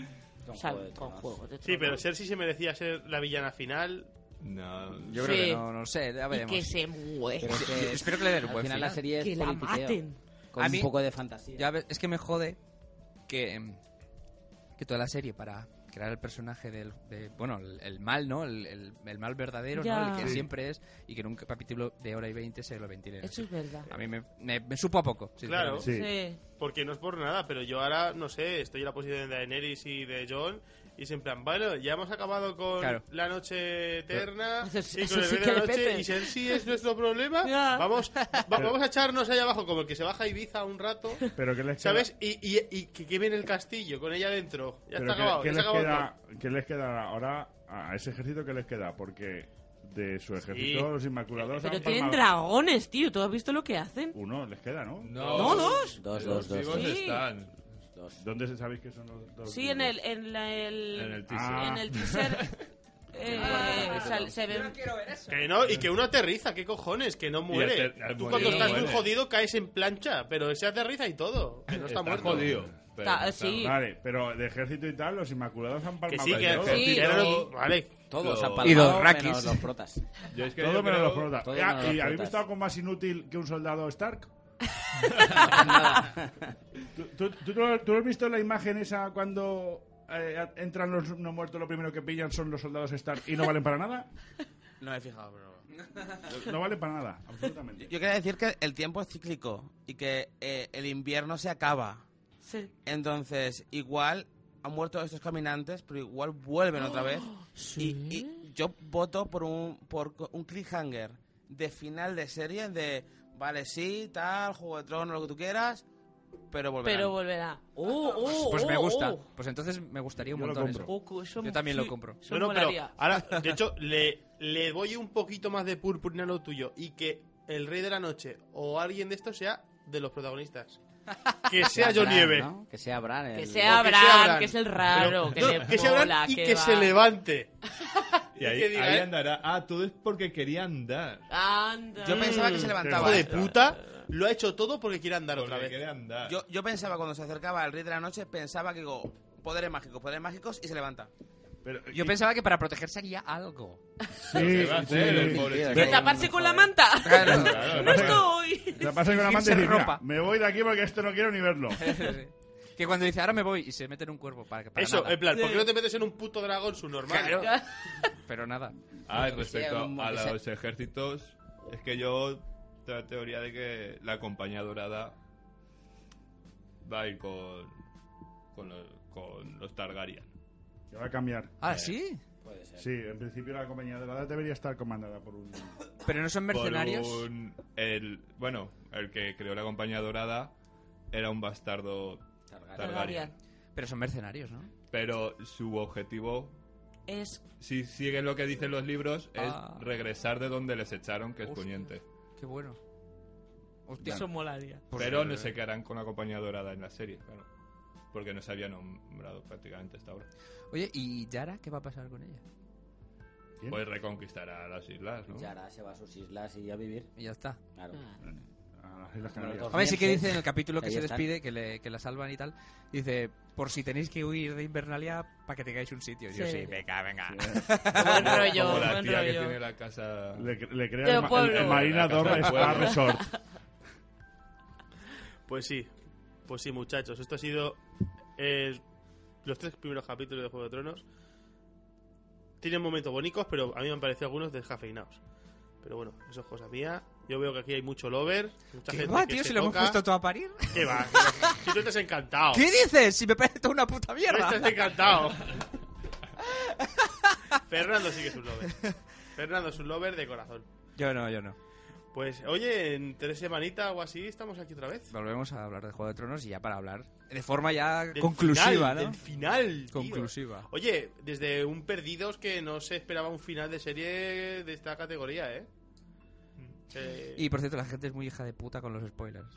E: Con
D: o sea,
E: Juego de
D: con
E: Tronos.
D: Juego de Tronos.
B: Sí, pero Cersei se merecía ser la villana final.
G: No.
A: Yo creo
D: Sí.
A: que no, no lo sé. Ya
D: Y
A: veremos.
D: que se muere.
E: Pero es que
A: Espero que le den un
E: al
A: buen
E: final la
A: final.
E: serie es
D: Que la
E: politiqueo,
D: maten.
E: Con
A: A
E: un
A: mí-
E: poco de fantasía.
A: Ya ves, es que me jode que, em, que toda la serie para crear el personaje del de, bueno el, el mal no el, el- el mal verdadero
D: Ya.
A: ¿no? el que
D: Sí.
A: siempre es y que en un capítulo de hora y veinte se lo ventilen
D: Eso es verdad.
A: a mí me, me- me supo a poco
B: Claro.
A: sinceramente.
F: Sí.
D: Sí.
B: Porque no es por nada, pero yo ahora, no sé, estoy en la posición de Daenerys y de Jon. Y es en plan, vale, ya hemos acabado con
A: Claro.
B: la noche eterna
D: Eso (laughs) sí-
B: y
D: eso
B: con el
D: sí
B: rey
D: que
B: de la
D: le
B: noche.
D: peten.
B: Y Cersei es nuestro problema.
D: (laughs) Ya.
B: Vamos, va- vamos a echarnos ahí abajo, como el que se baja a Ibiza un rato.
F: ¿Pero qué les queda?
B: ¿Sabes? Y, y, y que quemen el castillo con ella dentro. Ya
F: Pero
B: está
F: ¿qué-
B: acabado.
F: ¿qué,
B: ya se
F: les
B: ha acabado
F: queda, qué les queda ahora a ese ejército? ¿Qué les queda? Porque de su ejército,
B: Sí.
F: los Inmaculados.
D: Pero
F: han
D: tienen
F: palmado-
D: dragones, tío. ¿Tú has visto lo que hacen?
F: Uno les queda, ¿no?
D: No, dos.
E: Dos,
G: Los
E: dos, dos,
G: vivos
E: dos.
D: Sí.
G: están.
F: ¿Dónde se- sabéis que son los dos?
D: Sí, en el... En, la- el,
G: En el teaser.
F: Ah.
D: en el teaser... eh, sal- se ven...
B: Que no, y que uno aterriza, qué cojones, que no
G: Y
B: muere.
G: ater- al
B: Tú
G: morir
B: cuando
G: no
B: estás muy
G: muere. (laughs)
B: jodido caes en plancha, pero él se aterriza y todo. Que no está, muerto.
G: jodido. Pero, hacer.
D: Ta-
G: ¿no?
D: sí.
F: Vale, pero de ejército y tal, los Inmaculados han
I: Que
F: palmado
I: sí, que
F: de todo.
I: que
D: Sí.
I: eran-
B: Vale.
E: Todos,
G: Lo-
E: han palmado,
A: Y los
E: menos
A: raquis.
E: los
A: (laughs)
E: protas.
G: Yo es que
F: Todo
G: yo
F: menos
G: creo-
F: los protas.
E: todo
F: Ah,
E: menos los
F: ¿Y habéis
E: protas.
F: visto algo más inútil que un soldado Stark? ¿Tú, tú, tú no- tú no has visto la imagen esa cuando eh, a- entran los no muertos, lo primero que pillan son los soldados Stark y no valen para nada?
C: No me he fijado, pero...
F: No valen para nada, absolutamente.
C: Yo quería decir que el tiempo es cíclico y que eh, el invierno se acaba.
D: Sí.
C: Entonces, igual han muerto estos caminantes, pero igual vuelven otra vez. Y, y yo voto por un, por co- un cliffhanger de final de serie de, vale, sí, tal, Juego de Tronos, lo que tú quieras, pero volverán.
D: Pero volverá. Oh, oh,
A: Pues me
D: oh,
A: gusta.
D: oh.
A: Pues entonces me gustaría un
F: Yo lo
A: montón
F: compro.
A: eso.
D: Oh, co- eso
A: Yo
D: me-
A: también lo
D: sí,
A: compro.
D: eso
B: No, no,
D: me
B: pero
D: molaría.
B: ahora, de hecho, le, le doy un poquito más de purpurina a lo tuyo y que el Rey de la Noche o alguien de estos sea de los protagonistas. Que sea yo
E: Bran,
B: nieve.
E: ¿no? Que sea Bran. el-
D: Que sea
B: O que
D: Bran,
B: sea
D: que,
B: Bran.
D: es el raro,
B: Pero-
D: que
B: no,
D: le
B: que sea Bran
D: mola,
B: y que,
D: va.
B: se levante.
G: Y ahí,
B: que diga,
G: ahí
B: ¿eh?
G: andará. Ah, todo es porque quería andar.
D: Anda.
C: Yo pensaba que se
B: Mm, Hijo
C: levantaba.
B: de puta, lo ha hecho todo porque quiere andar otra
G: Porque
B: vez.
G: quería andar.
C: Yo, yo pensaba cuando se acercaba al Rey de la Noche, pensaba que digo, poderes mágicos, poderes mágicos, y se levanta.
F: Pero,
A: Yo pensaba que para protegerse haría algo. (laughs)
G: Pero ¿qué va a hacer el pobre
E: Sí,
G: chico?
E: tío,
D: ¿De taparse con la manta? (laughs)
G: Claro,
D: no
G: claro.
D: estoy.
F: La pasa con la manta y
A: Fingirse
F: dice, "Mira,
A: ropa".
F: me voy de aquí porque esto no quiero ni verlo.
A: que cuando dice ahora me voy y se mete en un cuerpo para que para
B: Eso,
F: eh,
A: nada.
B: en plan, ¿por qué no te metes en un puto dragón subnormal?
A: Claro. Pero nada.
G: Ah, y
E: Sí,
G: respecto
E: un-
G: a
E: ese-
G: los ejércitos, es que yo tengo la teoría de que la compañía dorada va a ir con, con, los, con los Targaryen.
F: Que va a cambiar.
A: Ah, sí.
F: Sí, en principio la compañía de la edad debería estar comandada por un...
A: Pero no son
G: Por
A: mercenarios.
G: un- el, bueno, el que creó la compañía dorada era un bastardo Targaryen.
D: Targaryen.
A: Pero son mercenarios, ¿no?
G: Pero su objetivo,
D: Es.
G: si siguen lo que dicen los libros, es
A: Ah.
G: regresar de donde les echaron, que es
A: Hostia.
G: Poniente.
A: Qué bueno. Hostia.
D: Eso molaría.
A: Pues,
G: Pero
A: eh,
G: no se quedarán con la compañía dorada en la serie, claro. Porque no se había nombrado prácticamente hasta ahora.
A: Oye, ¿y Yara qué va a pasar con ella?
F: ¿Quién?
G: Pues reconquistará las islas, ¿no?
E: Yara se va a sus islas y a vivir.
A: Y ya está.
E: Claro.
F: a las Islas
E: Como los
F: Canarias.
E: dos
A: A ver, sí que
E: Mientes.
A: dice en el capítulo que
E: Ahí
A: se
E: están.
A: despide, que, le- que la salvan y tal. Dice, por si tenéis que huir de Invernalia, para que tengáis un sitio. Y Yo
D: Sí.
A: sí, venga, venga.
D: (laughs) Buen rollo,
G: Como la
D: buen
G: tía que tiene
D: rollo.
G: la casa...
F: Le, le
D: De
F: crea el, ma-
D: pueblo.
F: el- el Marina
G: La casa
F: Dorra
G: del
F: Spa
G: pueblo.
F: Resort.
B: Pues sí, pues sí, muchachos. Esto ha sido eh, los tres primeros capítulos de Juego de Tronos. Tienen momentos bonitos, pero a mí me han parecido algunos descafeinados. Pero bueno, eso es cosa mía. Yo veo que aquí hay mucho lover. Mucha
A: ¿Qué
B: gente
A: va,
B: que
A: tío?
B: se
A: Si lo hemos
B: toca. Ah.
A: puesto todo a parir.
B: ¿Qué va? ¿Qué va? Si tú te has encantado.
A: ¿Qué dices? Si me parece toda una puta
B: Tú (laughs) estás
A: mierda.
B: encantado. Fernando sí que es un lover. Fernando es un lover de corazón.
A: Yo no, yo no.
B: Pues oye, en tres semanitas o así estamos aquí otra vez.
A: Volvemos a hablar de Juego de Tronos y ya para hablar de forma ya
B: Del
A: conclusiva,
B: final,
A: ¿no?
B: Del final. tío.
A: Conclusiva.
B: Oye, desde un Perdidos que no se esperaba un final de serie de esta categoría, ¿eh? Eh,
A: Y por cierto, la gente es muy hija de puta con los spoilers.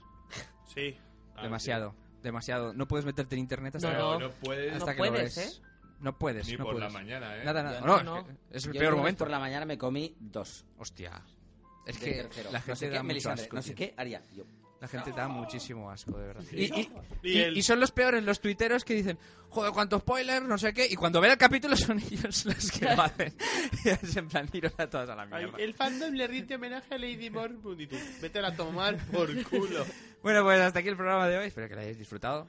B: Sí.
G: Ah,
A: demasiado, demasiado. No puedes meterte en internet hasta
G: sí.
A: que,
G: No,
D: No,
G: no puedes
A: hasta
D: no
A: que lo
D: puedes,
A: ves. No puedes,
G: ni
A: no
G: por
A: puedes.
G: la mañana, ¿eh?
A: Nada, nada.
E: Yo
A: No,
D: no,
A: es, que es el
E: Yo
A: peor
E: lunes
A: momento.
E: Por la mañana me comí dos.
A: Hostia. Es
E: de
A: que
E: tercero.
A: la
E: no
A: gente
E: sé qué,
A: da mucho
E: Melisandre,
A: asco.
E: No sé
A: tío.
E: qué haría yo.
A: La gente da muchísimo asco, de verdad.
G: Sí.
A: Y, y-
B: Y
A: y-
B: el-
A: y son los peores los tuiteros que dicen, joder, cuántos spoilers, no sé qué. Y cuando ven el capítulo son (laughs) ellos los que lo hacen. (laughs) Y es en plan, tiros a todas a la
B: Ay,
A: mierda.
B: el fandom le rinde homenaje a Lady Mormont y tú, vete a tomar por culo.
A: Bueno, pues hasta aquí el programa de hoy. Espero que lo hayáis disfrutado.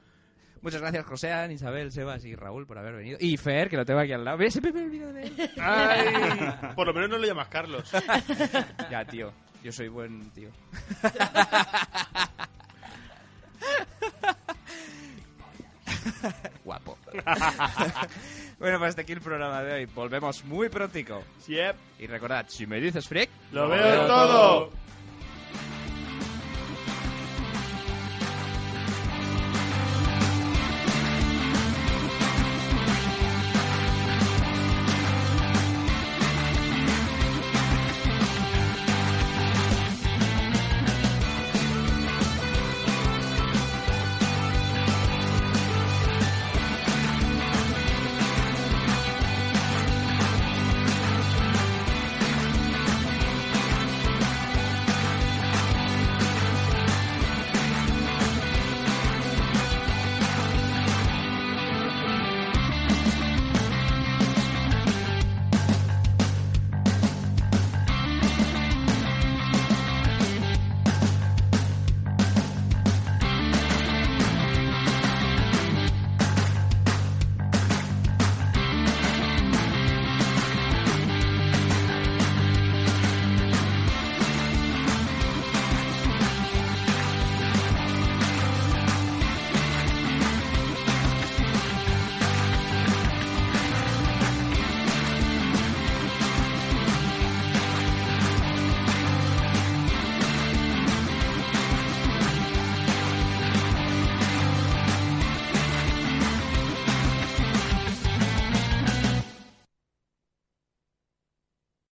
A: Muchas gracias, Josean, Isabel, Sebas y Raúl por haber venido. Y Fer, que lo tengo aquí al lado. Mira, siempre me olvido de él.
B: Ay, por lo menos no lo llamas Carlos.
A: (laughs) ya, tío. Yo soy buen tío. Guapo. (laughs) bueno, pues hasta aquí el programa de hoy. Volvemos muy prontico.
B: Siempre
A: Y recordad, si me dices freak,
B: lo veo todo.